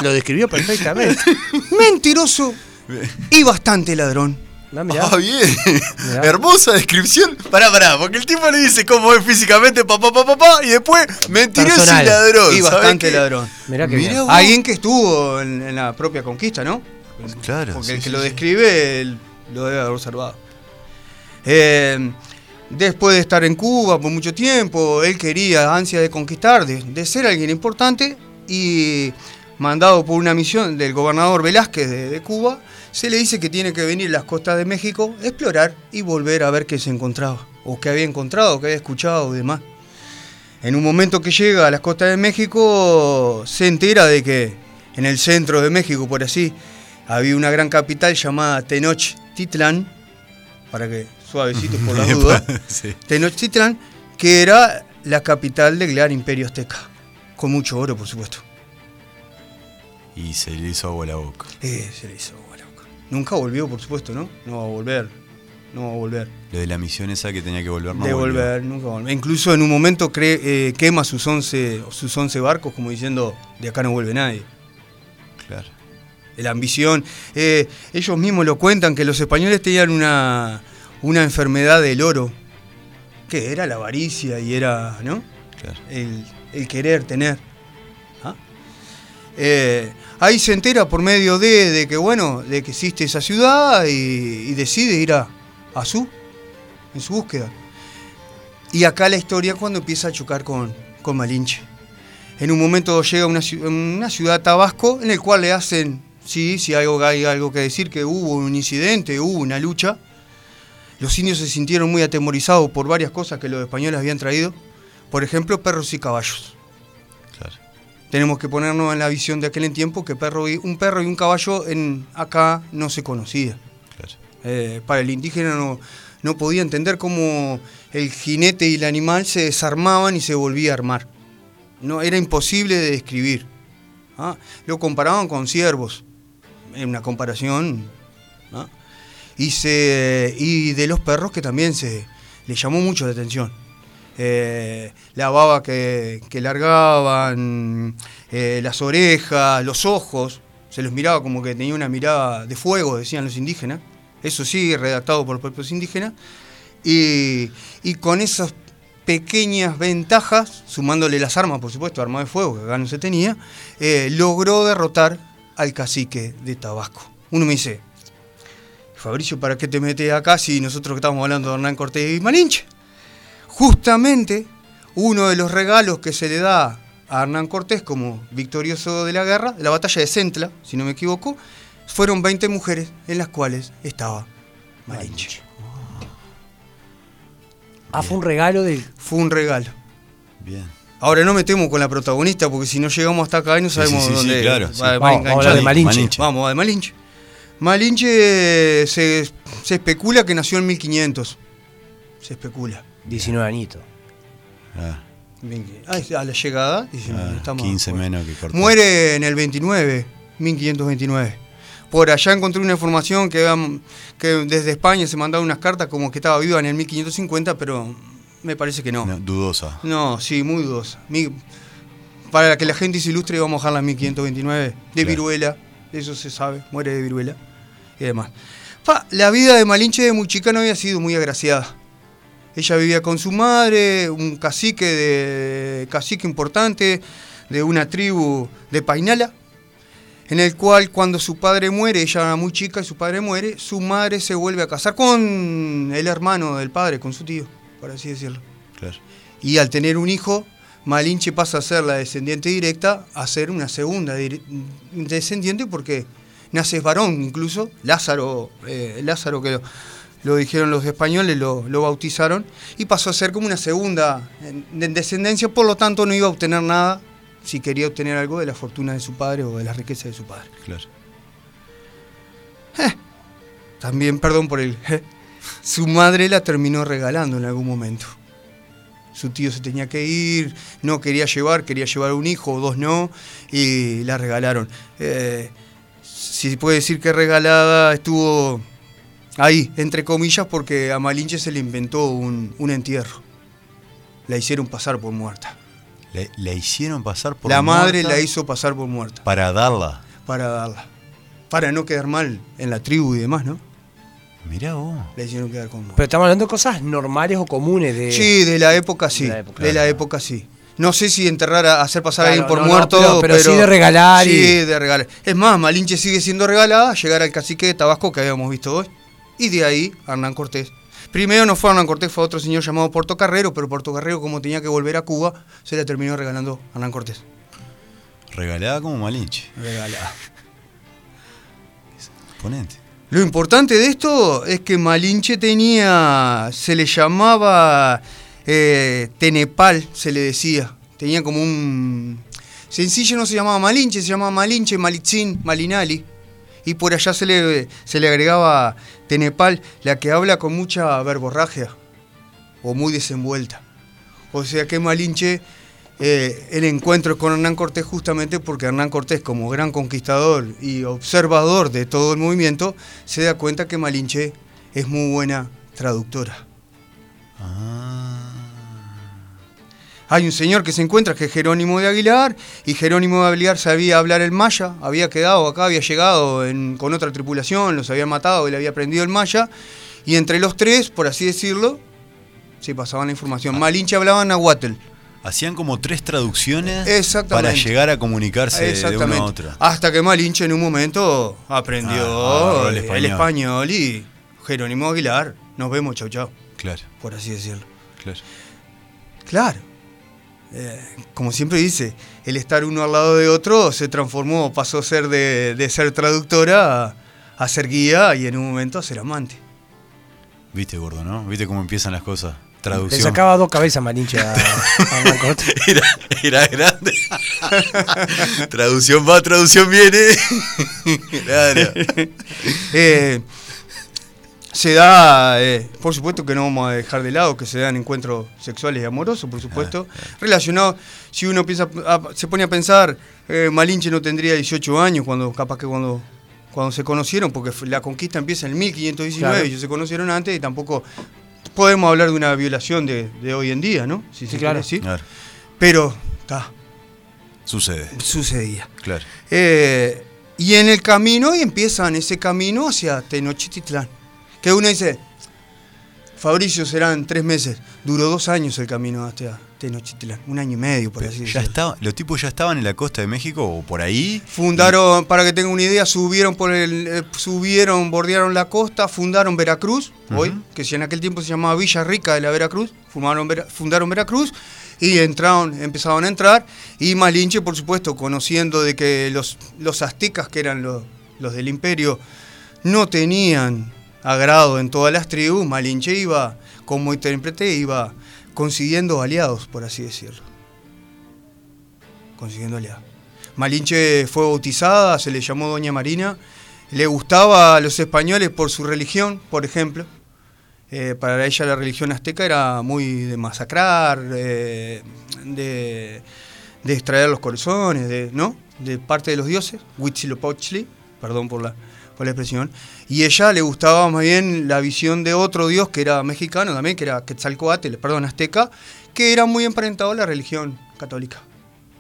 Lo describió perfectamente. Mentiroso y bastante ladrón. No, mirá. Ah, bien. Mirá. Hermosa descripción. Pará, pará, porque el tipo le dice cómo es físicamente, papá, papá, papá, y después mentiroso Personal. y ladrón. y ¿sabés bastante qué? ladrón. Mirá que Mirá bien. vos. Alguien que estuvo en, en la propia conquista, ¿no? Claro. Ah, Porque sí, el que sí, lo sí. describe él lo debe haber observado. Eh, después de estar en Cuba por mucho tiempo, él quería ansia de conquistar, de, de ser alguien importante y mandado por una misión del gobernador Velázquez de, de Cuba, se le dice que tiene que venir a las costas de México, explorar y volver a ver qué se encontraba, o qué había encontrado, qué había escuchado y demás. En un momento que llega a las costas de México, se entera de que en el centro de México, por así, había una gran capital llamada Tenochtitlán, para que suavecitos por la duda, sí. Tenochtitlán, que era la capital del gran imperio azteca, con mucho oro, por supuesto. Y se le hizo agua a la boca. Eh, se le hizo agua a la boca. Nunca volvió, por supuesto, ¿no? No va a volver, no va a volver. Lo de la misión esa que tenía que volver, no volvió. Devolver, nunca volver. Incluso en un momento cree- eh, quema sus 11, sus 11 barcos, como diciendo, de acá no vuelve nadie. Claro. la ambición. Eh, ellos mismos lo cuentan que los españoles tenían una, una enfermedad del oro, que era la avaricia y era, ¿no? Claro. El, el querer tener. ¿Ah? Eh, ahí se entera por medio de, de que, bueno, de que existe esa ciudad y, y decide ir a, a su, en su búsqueda. Y acá la historia cuando empieza a chocar con, con Malinche. En un momento llega a una, ciu- una ciudad Tabasco en el cual le hacen, sí, si hay algo, hay algo que decir, que hubo un incidente, hubo una lucha. Los indios se sintieron muy atemorizados por varias cosas que los españoles habían traído. Por ejemplo, perros y caballos. Claro. Tenemos que ponernos en la visión de aquel en tiempo que perro y- un perro y un caballo en, acá no se conocía. Claro. Eh, para el indígena no, no podía entender cómo el jinete y el animal se desarmaban y se volvía a armar. No, era imposible de describir. ¿ah? Lo comparaban con ciervos, en una comparación. ¿ah? Y, se, y de los perros que también se le llamó mucho la atención. eh, la baba que, que largaban, eh, las orejas, los ojos, se los miraba como que tenía una mirada de fuego, decían los indígenas, eso sí, redactado por los propios indígenas, y, y con esas pequeñas ventajas, sumándole las armas, por supuesto, armas de fuego, que acá no se tenía, eh, logró derrotar al cacique de Tabasco. Uno me dice, Fabricio, ¿para qué te metes acá si nosotros que estamos hablando de Hernán Cortés y Malinche? Justamente, uno de los regalos que se le da a Hernán Cortés como victorioso de la guerra, de la batalla de Centla, si no me equivoco, fueron 20 mujeres en las cuales estaba Malinche. Ah, fue un regalo del. Fue un regalo. Bien. Ahora no metemos con la protagonista porque si no llegamos hasta acá y no Sí, sabemos sí, sí, sí, dónde claro, sí. va, va Vamos, a vamos a hablar de enganchar. Malinche. Malinche. Vamos, de Malinche. Malinche se, se especula que nació en 1500. Se especula. 19 añitos. Ah, Ay, a la llegada, dicen, Ah, estamos 15 afuera. menos que Cortés. Muere en el 29, 1529. Por allá encontré una información que, habían- que desde España se mandaban unas cartas como que estaba viva en el 1550, pero me parece que no, dudosa. no, sí, muy dudosa. Mi- para que la gente se ilustre, vamos a bajar la 1529 de Claro. viruela, eso se sabe, muere de viruela y demás. Fa, la vida de Malinche de Muchica no había sido muy agraciada. Ella vivía con su madre, un cacique de cacique importante de una tribu de Painala, en el cual cuando su padre muere, ella era muy chica y su padre muere, su madre se vuelve a casar con el hermano del padre, con su tío, por así decirlo. Claro. Y al tener un hijo, Malinche pasa a ser la descendiente directa, a ser una segunda dire- descendiente porque nace varón incluso. Lázaro, eh, Lázaro que lo, lo dijeron los españoles, lo, lo bautizaron, y pasó a ser como una segunda en- en descendencia, por lo tanto no iba a obtener nada si quería obtener algo de la fortuna de su padre o de la riqueza de su padre. Claro. También, perdón por el... su madre la terminó regalando en algún momento. Su tío se tenía que ir, no quería llevar, quería llevar un hijo, dos no, y la regalaron. Eh, si se puede decir que regalada estuvo ahí, entre comillas, porque a Malinche se le inventó un, un entierro. La hicieron pasar por muerta. La, la hicieron pasar por la madre muerta la hizo pasar por muerta para darla. para darla. Para no quedar mal en la tribu y demás, ¿no? Mirá vos. La hicieron quedar como muerta. Pero estamos hablando de cosas normales o comunes de. Sí, de la época sí. de De la la época. época, sí. No sé si enterrar, a hacer pasar a Claro, alguien por no, no, muerto. pero- pero sí de regalar y- Sí, de regalar. Es más, Malinche sigue siendo regalada, llegar al cacique de Tabasco que habíamos visto hoy. Y de ahí, Hernán Cortés. Primero no fue Hernán Cortés, fue otro señor llamado Portocarrero, pero Portocarrero, como tenía que volver a Cuba, se le terminó regalando a Hernán Cortés. Regalada como Malinche. Regalada. Ponente. Lo importante de esto es que Malinche tenía, se le llamaba eh, Tenepal, se le decía. Tenía como un... Sencillo no se llamaba Malinche, se llamaba Malinche, Malitzín, Malinali. Y por allá se le, se le agregaba Tenepal, la que habla con mucha verborragia o muy desenvuelta. O sea que Malinche, eh, el encuentro con Hernán Cortés justamente porque Hernán Cortés como gran conquistador y observador de todo el movimiento, se da cuenta que Malinche es muy buena traductora. Ah. Hay un señor que se encuentra que es Jerónimo de Aguilar y Jerónimo de Aguilar sabía hablar el maya, había quedado acá, había llegado en- con otra tripulación, los había matado, él había aprendido el maya y entre los tres, por así decirlo, se pasaban la información. Malinche hablaba nahuatl. Hacían como tres traducciones Exactamente. para llegar a comunicarse de una Exactamente. a otra. Hasta que Malinche en un momento aprendió Ah, agarró el el, español. español. y Jerónimo Aguilar, nos vemos, chau chau, Claro, por así decirlo. claro. Claro. Eh, como siempre dice, el estar uno al lado de otro se transformó, pasó a ser de, de ser traductora a, a ser guía y en un momento a ser amante. Viste, gordo, ¿no? Viste cómo empiezan las cosas. Le Traducción. sacaba dos cabezas Malinche a, a Hernán Cortés. Era, era grande. traducción va, traducción viene. claro. Eh, se da, eh, por supuesto que no vamos a dejar de lado que se dan encuentros sexuales y amorosos, por supuesto, Ah, relacionados. Si uno piensa, a- se pone a pensar, eh, Malinche no tendría 18 años cuando, capaz que cuando, cuando se conocieron, porque fue- la conquista empieza en 1519, Claro. ellos se conocieron antes y tampoco podemos hablar de una violación de, de hoy en día, ¿no? Si Sí, claro. Ah. quiere, sí. Claro. Pero, está, Sucede. sucedía. Claro. Eh, y en el camino, y empiezan ese camino hacia Tenochtitlán. Que uno dice, Fabricio serán tres meses. Duró dos años el camino hasta Tenochtitlán. Un año y medio, por así Ya decirlo. estaba, los tipos ya estaban en la costa de México o por ahí. Fundaron, para que tengan una idea, subieron por el, eh, subieron, bordearon la costa, fundaron Veracruz, hoy, que si en aquel tiempo se llamaba Villa Rica de la Veracruz, fumaron Vera- fundaron Veracruz y entraron, empezaron a entrar. Y Malinche, por supuesto, conociendo de que los, los aztecas, que eran los, los del imperio, no tenían agrado en todas las tribus, Malinche iba, como intérprete, iba consiguiendo aliados, por así decirlo consiguiendo aliados. Malinche fue bautizada, se le llamó Doña Marina. Le gustaba a los españoles por su religión, por ejemplo. Eh, para ella la religión azteca era muy de masacrar, eh, de, de extraer los corazones, de, ¿no? De parte de los dioses, Huitzilopochtli, perdón por la, por la expresión. Y ella le gustaba más bien la visión de otro dios que era mexicano también, que era Quetzalcoatl, perdón, azteca, que era muy emparentado a la religión católica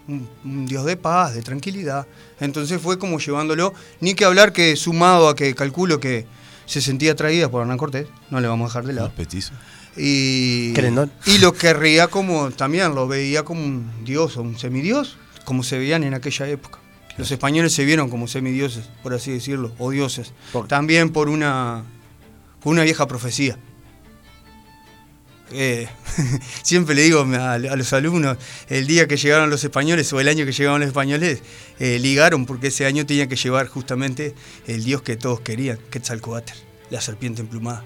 un, un dios de paz, de tranquilidad. Entonces fue como llevándolo, ni que hablar que sumado a que calculo que se sentía atraída por Hernán Cortés, no le vamos a dejar de Los lado. petizos. Y, Querendón. y lo querría como, también lo veía como un dios o un semidios, como se veían en aquella época. Los españoles se vieron como semidioses, por así decirlo, o dioses. Por- También por una, por una vieja profecía. Eh, siempre le digo a, a los alumnos, el día que llegaron los españoles o el año que llegaron los españoles, eh, ligaron porque ese año tenían que llevar justamente el dios que todos querían, Quetzalcoatl, la serpiente emplumada.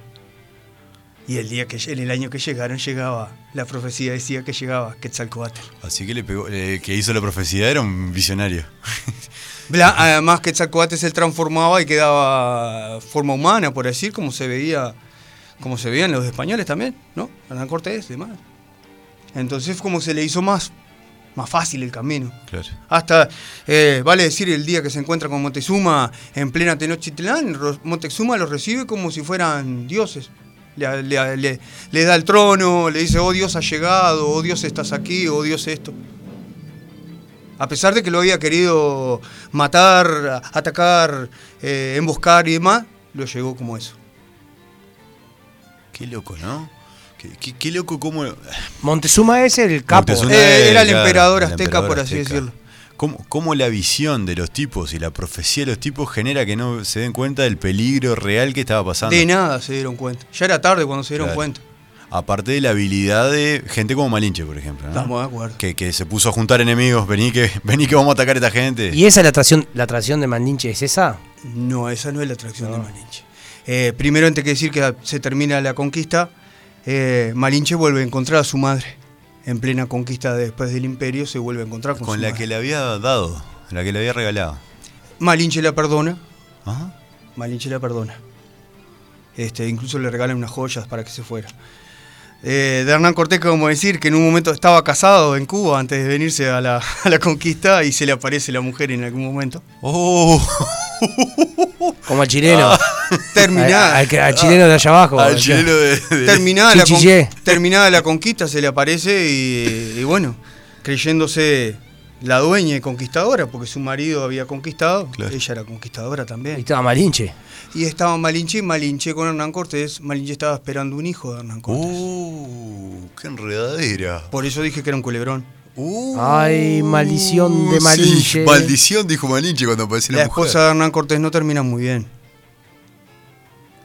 Y el día que en el año que llegaron llegaba, la profecía decía que llegaba Quetzalcoatl. Así que le pegó, el que hizo la profecía era un visionario. Bla- además Quetzalcoatl se transformaba y quedaba eh, forma humana, por decir, como se veía, como se veían los españoles también, ¿no? Hernán Cortés y demás. Entonces como se le hizo más, más fácil el camino. Claro. Hasta, eh, vale decir, el día que se encuentra con Montezuma en plena Tenochtitlán, Ro- Montezuma los recibe como si fueran dioses. Le, le- le- le da el trono, le dice, oh Dios ha llegado, oh Dios estás aquí, oh Dios esto. A pesar de que lo había querido matar, atacar, eh, emboscar y demás, lo llegó como eso. Qué loco, ¿no? Qué, qué- qué loco cómo... Montezuma es el capo. Montezuma Eh, era el claro, emperador el azteca, emperador por así azteca. decirlo. ¿Cómo, cómo la visión de los tipos y la profecía de los tipos genera que no se den cuenta del peligro real que estaba pasando? De nada se dieron cuenta. Ya era tarde cuando se dieron Claro. cuenta. Aparte de la habilidad de gente como Malinche, por ejemplo. ¿no? Estamos de acuerdo. Que, que se puso a juntar enemigos, vení que, vení que vamos a atacar a esta gente. ¿Y esa es la atracción, la atracción de Mandinche? ¿Es esa? No, esa no es la atracción de Malinche. Eh, primero, antes que decir que se termina la conquista, eh, Malinche vuelve a encontrar a su madre. En plena conquista después del imperio se vuelve a encontrar con, Con su la madre. que le había dado, la que le había regalado. Ah. Malinche la perdona. Ajá. Malinche la perdona. Este, incluso le regalan unas joyas para que se fuera. Eh, de Hernán Cortés, como decir, que en un momento estaba casado en Cuba antes de venirse a la, a la conquista y se le aparece la mujer en algún momento. ¡Oh! Como al chileno. Terminada. Al, al que- al chileno de allá abajo. Al al que- chileno de- de, terminada, la con- Chichillé. terminada la conquista se le aparece y, y bueno, creyéndose la dueña y conquistadora, porque su marido había conquistado, Claro. ella era conquistadora Ahí también. estaba Malinche. Y estaba Malinche, Malinche con Hernán Cortés, Malinche estaba esperando un hijo de Hernán Cortés. ¡Uh! ¡Qué enredadera! Por eso dije que era un culebrón. Uh, Ay, maldición de sí, Malinche. maldición, dijo Malinche cuando apareció la, La mujer. esposa de Hernán Cortés no termina muy bien.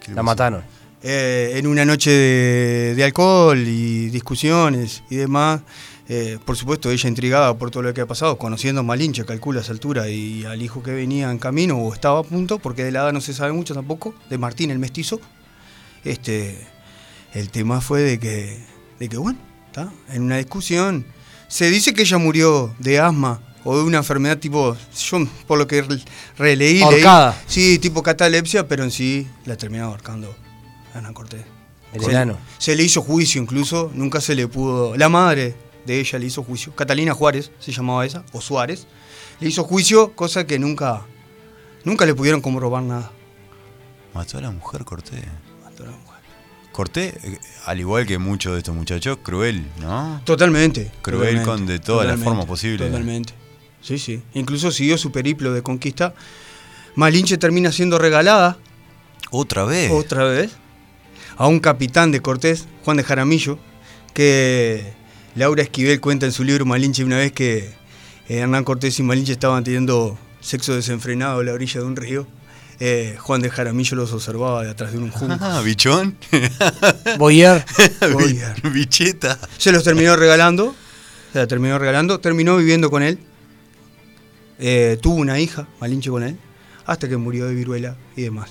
¿Qué le La pasó? mataron. Eh, en una noche de, de alcohol y discusiones y demás. eh, por supuesto, ella intrigada por todo lo que ha pasado, conociendo a Malinche, calcula a esa altura y al hijo que venía en camino o estaba a punto, porque de la edad no se sabe mucho tampoco, de Martín el mestizo. Este, el tema fue de que, de que bueno, está en una discusión. Se dice que ella murió de asma o de una enfermedad tipo, yo por lo que re- releí, leí, Ahorcada. sí, tipo catalepsia, pero en sí la terminaron ahorcando Ana Cortés. El Se- enano. Se le hizo juicio incluso, nunca se le pudo. La madre de ella le hizo juicio, Catalina Juárez se llamaba esa, o Suárez, le hizo juicio, cosa que nunca, nunca le pudieron comprobar nada. Mató a la mujer, corté. Mató a la mujer. Corté, eh, al igual que muchos de estos muchachos, cruel, ¿no? Totalmente. Cruel totalmente, con- de todas las totalmente, formas posibles. Totalmente. Sí, sí. Incluso siguió su periplo de conquista. Malinche termina siendo regalada Otra vez. otra vez a un capitán de Cortés, Juan de Jaramillo, que Laura Esquivel cuenta en su libro Malinche una vez que eh, Hernán Cortés y Malinche estaban teniendo sexo desenfrenado a la orilla de un río. Eh, Juan de Jaramillo los observaba de atrás de un junco. Ah, bichón. Boyer. Oiga. Bi- Bicheta. Se los terminó regalando. Se la terminó regalando. Terminó viviendo con él. Eh, tuvo una hija, Malinche con él. Hasta que murió de viruela y demás.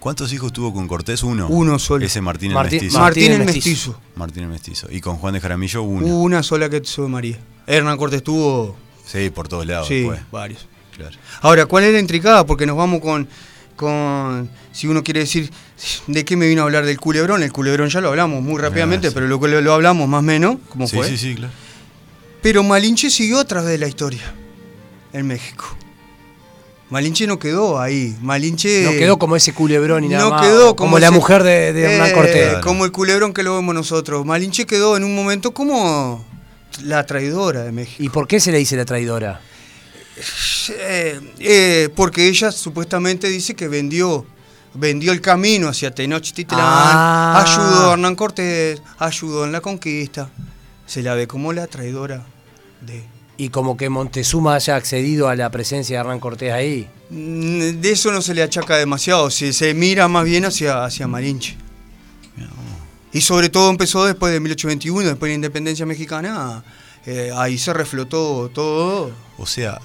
¿Cuántos hijos tuvo con Cortés? Uno. Uno solo. Ese Martín, Martín- el Ah, Mestizo. Mar- Martín, el el Mestizo. Mestizo. Martín el Mestizo. Y con Juan de Jaramillo, uno. Hubo una sola que tuvo María. Hernán Cortés tuvo. Sí, por todos lados. sí, después. varios. Claro. Ahora, ¿cuál era intricada? Porque nos vamos con. con si uno quiere decir, ¿de qué me vino a hablar del culebrón? El culebrón ya lo hablamos muy rápidamente, Ah, sí. pero lo, lo lo hablamos más o menos. ¿Cómo Sí, fue? sí, sí, claro. Pero Malinche siguió a través de la historia en México. Malinche no quedó ahí. Malinche. No quedó como ese culebrón y nada no más, quedó o como la ese- mujer de, de Hernán Eh, Cortés. Claro. Como el culebrón que lo vemos nosotros. Malinche quedó en un momento como la traidora de México. ¿Y por qué se le dice la traidora? Eh, eh, porque ella supuestamente dice que vendió vendió el camino hacia Tenochtitlán, Ah. ayudó a Hernán Cortés, ayudó en la conquista. Se la ve como la traidora de Y como que Montezuma haya accedido a la presencia de Hernán Cortés ahí. Mm, De eso no se le achaca demasiado, se, se mira más bien hacia, hacia Malinche. Y sobre todo empezó después de 1821, después de la independencia mexicana, eh, ahí se reflotó todo, O sea,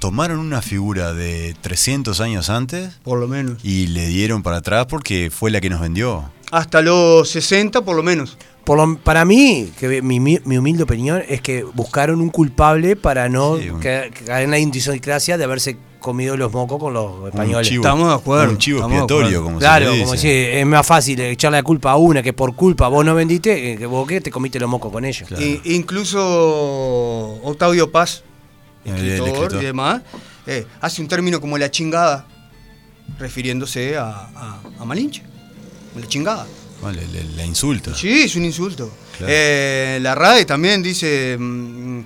tomaron una figura de 300 años antes por lo menos. y le dieron para atrás porque fue la que nos vendió. Hasta los 60 por lo menos. Por lo- para mí, que mi, mi- mi humilde opinión es que buscaron un culpable para no Sí, un- ca- caer en la indisocracia de haberse comido los mocos con los españoles. chivo. Estamos de acuerdo, Un chivo estamos de expiatorio, acuerdo. como claro, se le como dice. si es más fácil echarle la culpa a una que por culpa vos no vendiste, eh, que vos que te comiste los mocos con ellos. Claro. I- incluso Octavio Paz, El- el escritor, escritor. y demás, eh, hace un término como la chingada, refiriéndose a, a- a Malinche. La chingada. Bueno, le- le- la insulta. Sí, es un insulto. Claro. Eh, la RAE también dice, mm,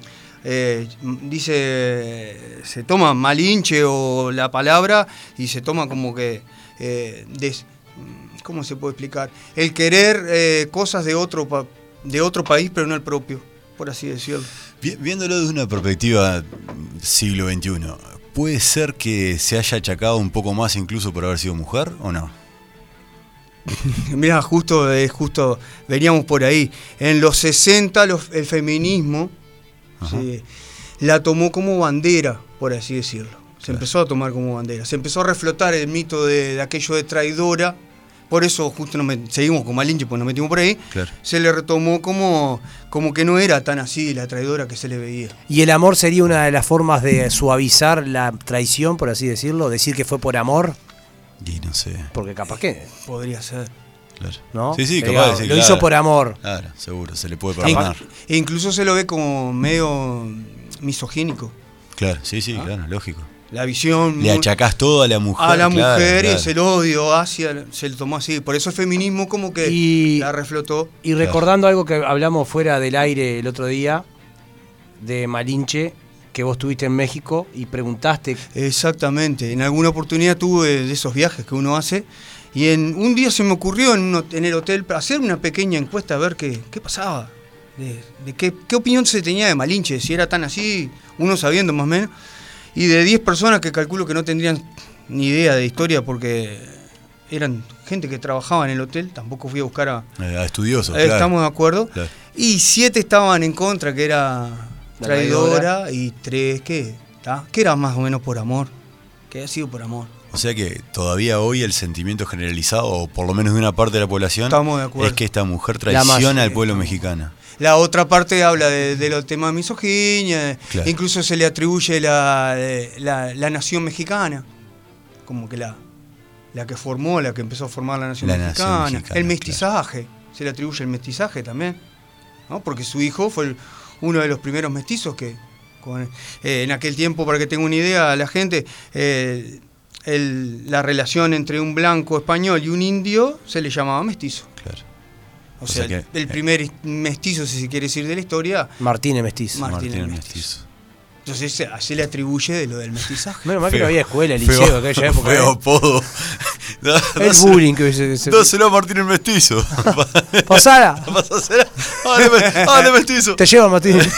eh, mm, dice, se toma malinche o la palabra y se toma como que, eh, des- mm, ¿cómo se puede explicar? El querer eh, cosas de otro, pa- de otro país pero no el propio, por así decirlo. Vi- Viéndolo desde una perspectiva mm, siglo XXI, ¿puede ser que se haya achacado un poco más incluso por haber sido mujer o no? Mira, justo, eh, justo veníamos por ahí. En los 60 los- el feminismo sí, la tomó como bandera, por así decirlo. Se empezó a tomar como bandera. Se empezó a reflotar el mito de, de aquello de traidora. Por eso justo nos met- seguimos con Malinche, pues nos metimos por ahí. Claro. Se le retomó como, como que no era tan así la traidora que se le veía. Y el amor sería una de las formas de suavizar la traición, por así decirlo, decir que fue por amor, Y no sé. porque capaz que, Podría ser. Claro. ¿no? Sí, eh, sí, Digo, capaz. sí, lo claro. hizo por amor. Claro, seguro, se le puede Inc- perdonar. E incluso se lo ve como medio misogínico. Claro, sí, sí, claro, lógico. La visión. Le Ah. muy- achacás todo a la mujer. a la claro, mujer y claro. es el odio hacia se lo tomó así por eso el feminismo como que Y- la reflotó Y recordando algo que hablamos fuera del aire el otro día, de Malinche, que vos estuviste en México y preguntaste exactamente en alguna oportunidad tuve de esos viajes que uno hace y en un día se me ocurrió en, un hot- en el hotel para hacer una pequeña encuesta a ver qué, qué pasaba de, de qué, qué opinión se tenía de Malinche si era tan así uno sabiendo más o menos y de 10 personas que calculo que no tendrían ni idea de historia porque eran gente que trabajaba en el hotel tampoco fui a buscar a, Eh, a estudiosos, Eh, claro. Estamos de acuerdo. Claro. Y siete estaban en contra, que era La traidora, traidora. y tres que, ta, que era más o menos por amor. Que ha sido por amor. O sea que todavía hoy el sentimiento generalizado, o por lo menos de una parte de la población, Estamos de acuerdo. es que esta mujer La más- traiciona al pueblo estamos- mexicano. La otra parte habla de, de los temas de misoginia, Claro. incluso se le atribuye la, de- la, la nación mexicana, como que la, la que formó, la que empezó a formar la nación, La nación mexicana. mexicana, el mestizaje, se le atribuye el mestizaje también, ¿no? porque su hijo fue el- uno de los primeros mestizos que, con- eh, en aquel tiempo, para que tenga una idea, la gente, eh, el- la relación entre un blanco español y un indio se le llamaba mestizo. Claro. O sea sea, que- eh. el primer is- mestizo, si se quiere decir, de la historia. Martínez Mestiz. Martínez Martín el Mestizo. Mestizo. Entonces se, a- se le atribuye de lo del mestizaje. Menos mal que no Feo. había escuela, el Feo- liceo de aquella época. Feo ¿eh? apodo. Da- El dáselo- bullying que se. se- Dáselo a Martín el Mestizo. Pasala, ¿Vas a hacer? ¡Ah, de me- ah, de mestizo! te lleva Martínez.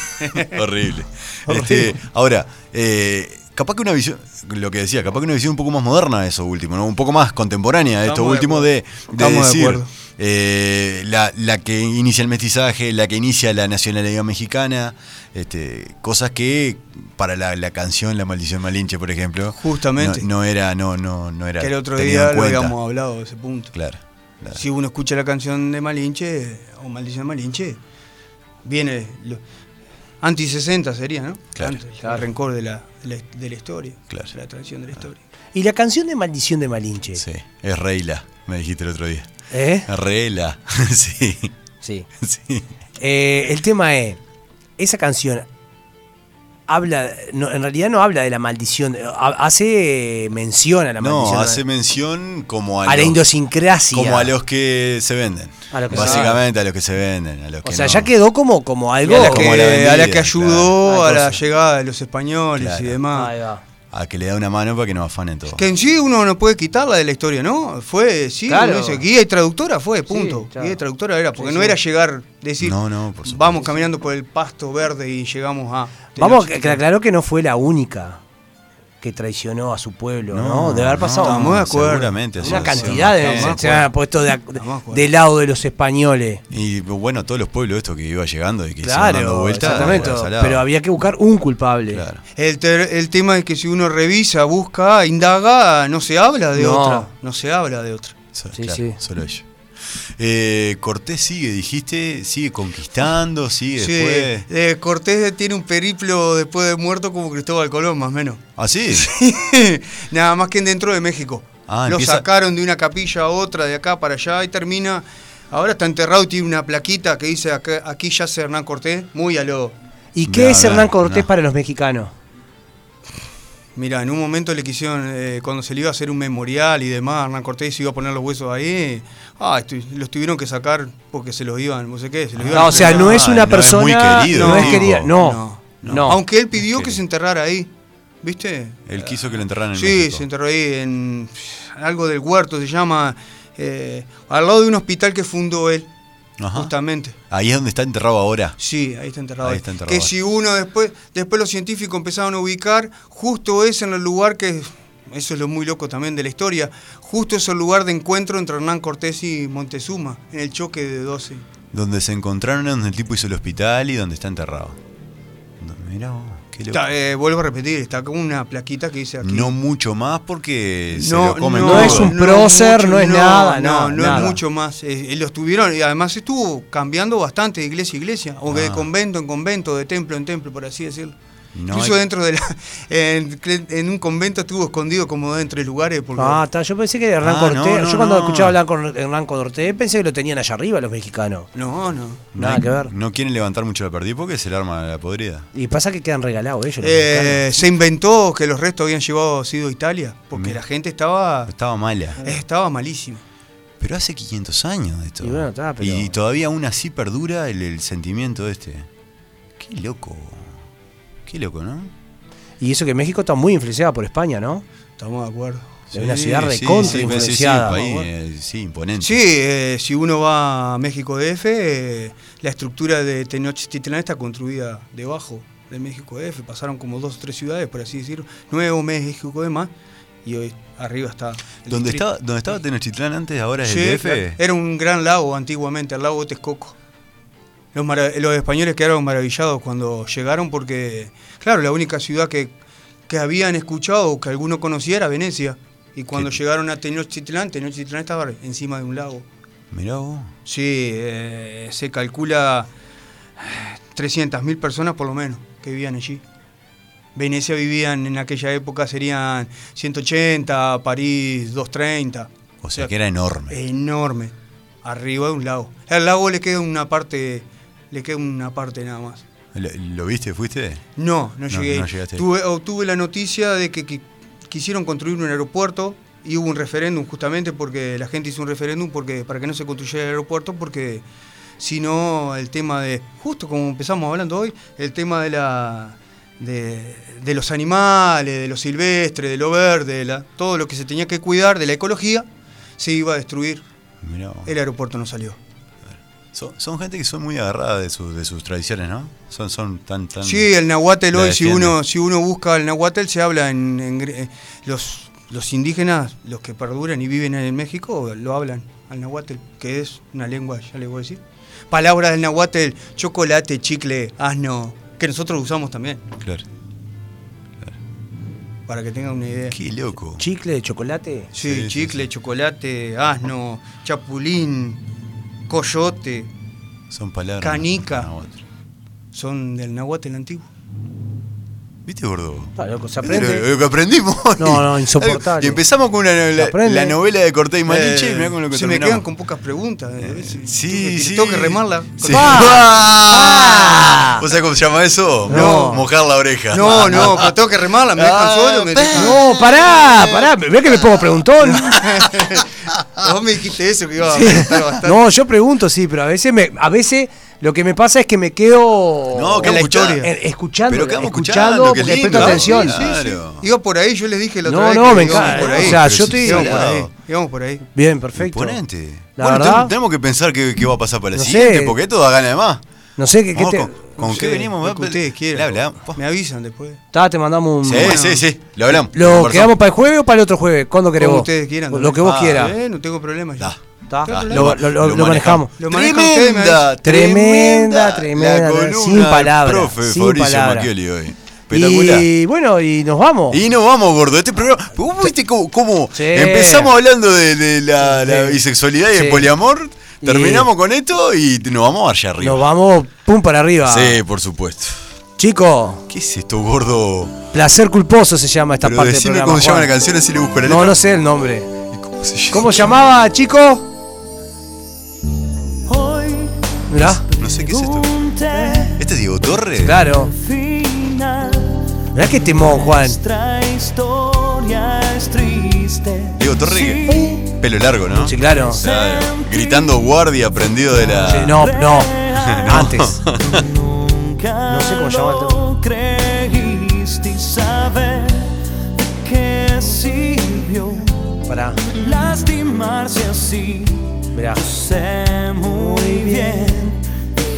Horrible. Este, ahora, eh, capaz que una visión, lo que decía, capaz que una visión un poco más moderna de eso último, ¿no? un poco más contemporánea de esto Estamos de último de, de Estamos de decir. acuerdo. eh, la, la que inicia el mestizaje, la que inicia la nacionalidad mexicana, este, cosas que para la, la canción La Maldición Malinche, por ejemplo, Justamente. no, no era, no, no, no era. que el otro tenido día en lo cuenta. habíamos hablado de ese punto. Claro, claro. Si uno escucha la canción de Malinche, o Maldición de Malinche, viene lo- anti-60 sería, ¿no? Claro. Antes, el rencor de la, de la- de la historia, Claro. Ah. de la tradición de la historia. Y la canción de Maldición de Malinche. Sí, es Reila, me dijiste el otro día. ¿Eh? Reila, sí, Sí. sí. Eh, el tema es, esa canción habla, no, en realidad no habla de la maldición, ha- hace mención a la maldición. No, hace a, mención como a, a la los- idiosincrasia. como a los que se venden. A los que se Básicamente a los que se venden. A los o que sea, no. ya quedó como, como algo... Y a la Como que, la a la vendida, que ayudó claro. a Ay, la cosa. llegada de los españoles Claro. y demás. Ahí va. A que le da una mano para que no afanen todo. Que en sí uno no puede quitarla de la historia, ¿no? Fue, sí, Claro. uno dice, guía y traductora fue, punto. claro. Guía y traductora era, porque Sí, no sí. era llegar, decir, No, no, por supuesto. vamos caminando por el pasto verde y llegamos a... Vamos, que Tenochtitlan. que aclaró que no fue la única que traicionó a su pueblo, ¿no? De haber pasado no, estamos de acuerdo. Seguramente. una sí, sí, cantidad de... sí. estamos de Se han acuerdo. puesto de, Estamos de acuerdo. del lado de los españoles. Y bueno, todos los pueblos estos que iba llegando y que se iban dando Claro, vueltas. exactamente. era salado. Pero había que buscar un culpable. Claro. El, ter- el tema es que si uno revisa, busca, indaga, no se habla de No. otra. No se habla de otra. So- Sí, claro, sí. Solo ellos. Eh, Cortés sigue, dijiste, sigue conquistando, sigue Sí, después. eh, Cortés tiene un periplo después de muerto como Cristóbal Colón, más o menos. ¿Ah, sí? Nada más que dentro de México. Ah, Lo empieza- sacaron de una capilla a otra, de acá para allá, y termina. Ahora está enterrado y tiene una plaquita que dice acá- aquí yace Hernán Cortés, muy a lo. ¿Y qué No, es no, Hernán Cortés no. para los mexicanos? Mira, en un momento le quisieron, eh, cuando se le iba a hacer un memorial y demás, Hernán Cortés se iba a poner los huesos ahí. Ah, estu- los tuvieron que sacar porque se los iban, no sé qué. Se los iban No, a o sea, no es una no es muy persona. querido, no es digo. querida. No, no. No, Aunque él pidió que se enterrara ahí, ¿viste? Él quiso que lo enterraran en Sí, México. se enterró ahí en algo del huerto, se llama, eh, al lado de un hospital que fundó él, Ajá. justamente. Ahí es donde está enterrado ahora. Sí, ahí está enterrado. Ahí él. está enterrado Que él. si uno después, después los científicos empezaron a ubicar, justo es en el lugar que, eso es lo muy loco también de la historia, justo es el lugar de encuentro entre Hernán Cortés y Montezuma, en el choque de 12. Donde se encontraron es donde el tipo hizo el hospital y donde está enterrado. No, Mirá vos, qué loco. Está, eh, vuelvo a repetir, está con una plaquita que dice aquí. No mucho más porque se No, lo comen no todo. es un- prócer, no es nada, No, nada, no nada. es mucho más. Eh, eh, los tuvieron, y además estuvo cambiando bastante de iglesia a iglesia, o de Ah. convento en convento, de templo en templo, por así decirlo. No Incluso eh. hay- dentro de la. En, cre- en un convento estuvo escondido como dentro de lugares. Porque, Ah, está, yo pensé que era Hernán Ah, Cortés. no, no, yo cuando no. escuchaba hablar con Hernán Cortés pensé que lo tenían allá arriba los mexicanos. no, no no. Nada hay- que ver. No quieren levantar mucho la perdida porque es el arma de la podrida. Y pasa que quedan regalados ellos. los Eh, se inventó que los restos habían llevado sido a Italia, porque Mira. la gente estaba. Estaba mala. Estaba malísima. Pero hace 500 años de esto. Y bueno, está, pero- Y todavía aún así perdura el, el sentimiento este. Qué loco. Qué loco, ¿no? mexicanos. Y eso que México está muy influenciado por España, ¿no? Estamos de acuerdo. Es una ciudad sí, recontra sí, influenciada. Sí, país, eh, sí, imponente. Sí, eh, si uno va a México DF, eh, la estructura de Tenochtitlán está construida debajo de México DF. Pasaron como dos o tres ciudades, por así decirlo. Nuevo México demás. Y hoy arriba está. el Donde distrito. estaba, donde estaba Tenochtitlán antes, ahora es Sí, eh, el DF. claro. Era un gran lago antiguamente, el lago Texcoco. Los, mara- los españoles quedaron maravillados cuando llegaron porque, claro, la única ciudad que, que habían escuchado o que alguno conocía era Venecia. Y cuando Sí. llegaron a Tenochtitlán, Tenochtitlán estaba encima de un lago. Mirá vos. Sí, eh, se calcula eh, 300.000 personas por lo menos que vivían allí. Venecia vivían en aquella época serían 180, París 230. O sea que era Eh, enorme. Enorme. Arriba de un lago. Al lago le queda una parte, le queda una parte nada más. ¿Lo, lo viste? ¿Fuiste? No, No, no llegué. no llegaste. Tuve- obtuve la noticia de que, qui- quisieron construir un aeropuerto y hubo un referéndum justamente porque la gente hizo un referéndum porque para que no se construyera el aeropuerto porque si no el tema de justo como empezamos hablando hoy el tema de la de, de los animales de lo silvestre de lo verde de la- todo lo que se tenía que cuidar de la ecología se iba a destruir Mirá vos. el aeropuerto no salió Son, son gente que son muy agarrada de, sus- de sus tradiciones, ¿no? Son, son tan, tan... Sí, el nahuatl la hoy, si defiende. uno, si uno busca el nahuatl, se habla en, en gre- eh, los, los indígenas, los que perduran y viven en México, lo hablan al nahuatl, que es una lengua, ya les voy a decir. Palabras del nahuatl, chocolate, chicle, asno, que nosotros usamos también, Claro. para que tengan una idea. Qué loco. Chicle, chocolate. Sí, Sí, sí, chicle, chocolate, asno, chapulín, coyote, Son palabras. Canica. una u otra. son del nahuatl antiguo. ¿Viste, gordo? Está loco, se Lo, aprende. lo que aprendimos. hoy. No, no, insoportable. Y empezamos con una, la, aprende. la novela de Cortés y Malinche Eh, y mirá con lo que se me terminamos. quedan con pocas preguntas. eh, a veces tengo Sí, que- sí. Tengo que remarla. Sí. Con- ¡Ah! ¿Vos sabés cómo se llama eso? No. Mojar la oreja. No, no, pero tengo que remarla, me dejan Ah, solo, me pe- dejan. No, pará, pará. Ve que me pongo preguntón. Vos me dijiste eso que iba a preguntar bastante. No, yo pregunto, sí, pero a veces me, a veces lo que me pasa es que me quedo No, que En la quedamos escuchando. historia. eh, escuchando, Pero quedamos escuchando, escuchando, qué porque lindo. presto atención. Sí, sí, sí. Claro. Iba por ahí, yo les dije la otra No, vez. no, que me íbamos encanta, por eh, ahí. o sea, Pero yo si te- se íbamos por hablaba. ahí. Íbamos por ahí. Bien, perfecto. Imponente. La bueno, verdad- te- tenemos que pensar qué, qué va a pasar para el No siguiente, sé. porque esto da ganas de más. No sé qué, qué Vamos te. con, con No qué sé, venimos, lo que ustedes Le quieran. hablamos. po. Me avisan después. Ta, te mandamos un. Sí, sí, sí, lo hablamos. ¿Lo Conversamos. quedamos para el jueves o para el otro jueves? ¿Cuándo querés Como vos? ustedes quieran. Lo que vos Ah, quieras. Eh, no tengo problema. yo. Da. Ta. Claro, Lo, lo- lo- lo manejamos. Lo manejan ustedes, me Tremenda, Tremenda, avisan. tremenda, tremenda, La tremenda. columna Sin del palabras, Profe sin Fabricio palabras. Macchioli hoy. Espectacular. Y... Y bueno, y nos vamos. nos vamos, gordo. Este programa. ¿Vos viste cómo, cómo Oh. Sí. empezamos hablando de, de la, la Sí. bisexualidad y Sí. el poliamor? Y- Terminamos con esto y nos vamos allá arriba. Nos vamos pum para arriba. Sí, por supuesto. Chicos, ¿Qué es esto, gordo? placer culposo se llama esta Pero parte del decime programa. cómo se llama la Juan. canción, así le busco la No, letra. no sé el nombre. ¿Y ¿Cómo se llama? ¿Cómo llamaba, chico? Hoy Mirá, No sé qué es esto. pregunté ¿Este es Diego Torres? claro. final. Mirá qué temón, Juan. Nuestra historia es triste. Diego Torres, que- pelo largo, ¿no? Sí, claro. Claro. Gritando guardia, prendido de la. Sí, no, no. Antes. Nunca No sé cómo llama el tema. lo creíste y saber de qué sirvió Pará, lastimarse así. mirá. Sé muy bien,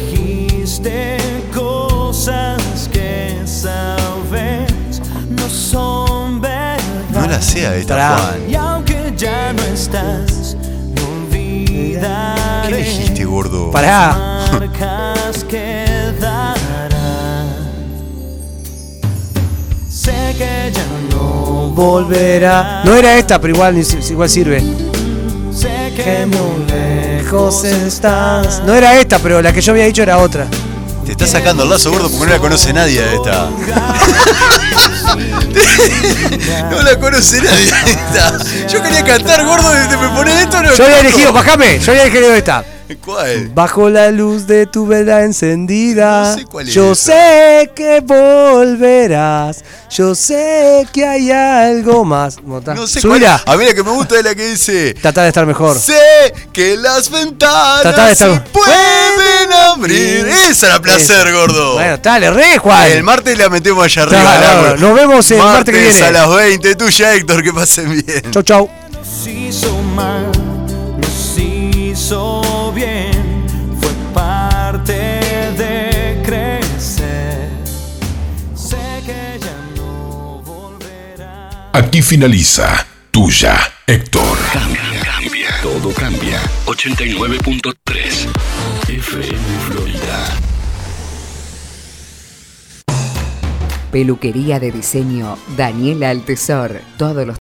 dijiste cosas que sabes no son No verdad. la sea esta, Pará. Juan. Y aunque ya no estás, no ¿Qué olvidaré. elegiste, gordo? Pará. Marcas quedarán. Sé que ya no Volverá. No era esta, pero igual, igual sirve. sé Que que muy muy lejos estás. No era esta, pero la que yo había dicho era otra. Te está sacando el lazo, gordo, porque no la conoce nadie a esta. no la conoce nadie a esta. Yo quería cantar, gordo, y te me pones esto. No Yo había canto. elegido, bájame. Yo había elegido esta. ¿Cuál? Bajo la luz de tu vela encendida, No sé cuál es yo esa. sé que volverás, yo sé que hay algo más. No sé Subila, cuál. A mí la que me gusta es la que dice. tratá de estar mejor. Sé que las Tratá de ventanas estar- se pueden abrir. Sí. Esa era placer, gordo. Bueno, dale, re, Juan. El martes la metemos allá arriba. Claro, al árbol. nos vemos el martes que viene. a las 20. Tuya, Héctor, que pasen bien. Chau, chau. nos hizo mal, nos hizo bien, fue parte de crecer. Sé que ya no volverá. Aquí finaliza Tuya, Héctor. Cambia, cambia. Todo cambia. 89.3 FM Florida. Peluquería de diseño Daniela Altesor. Todos los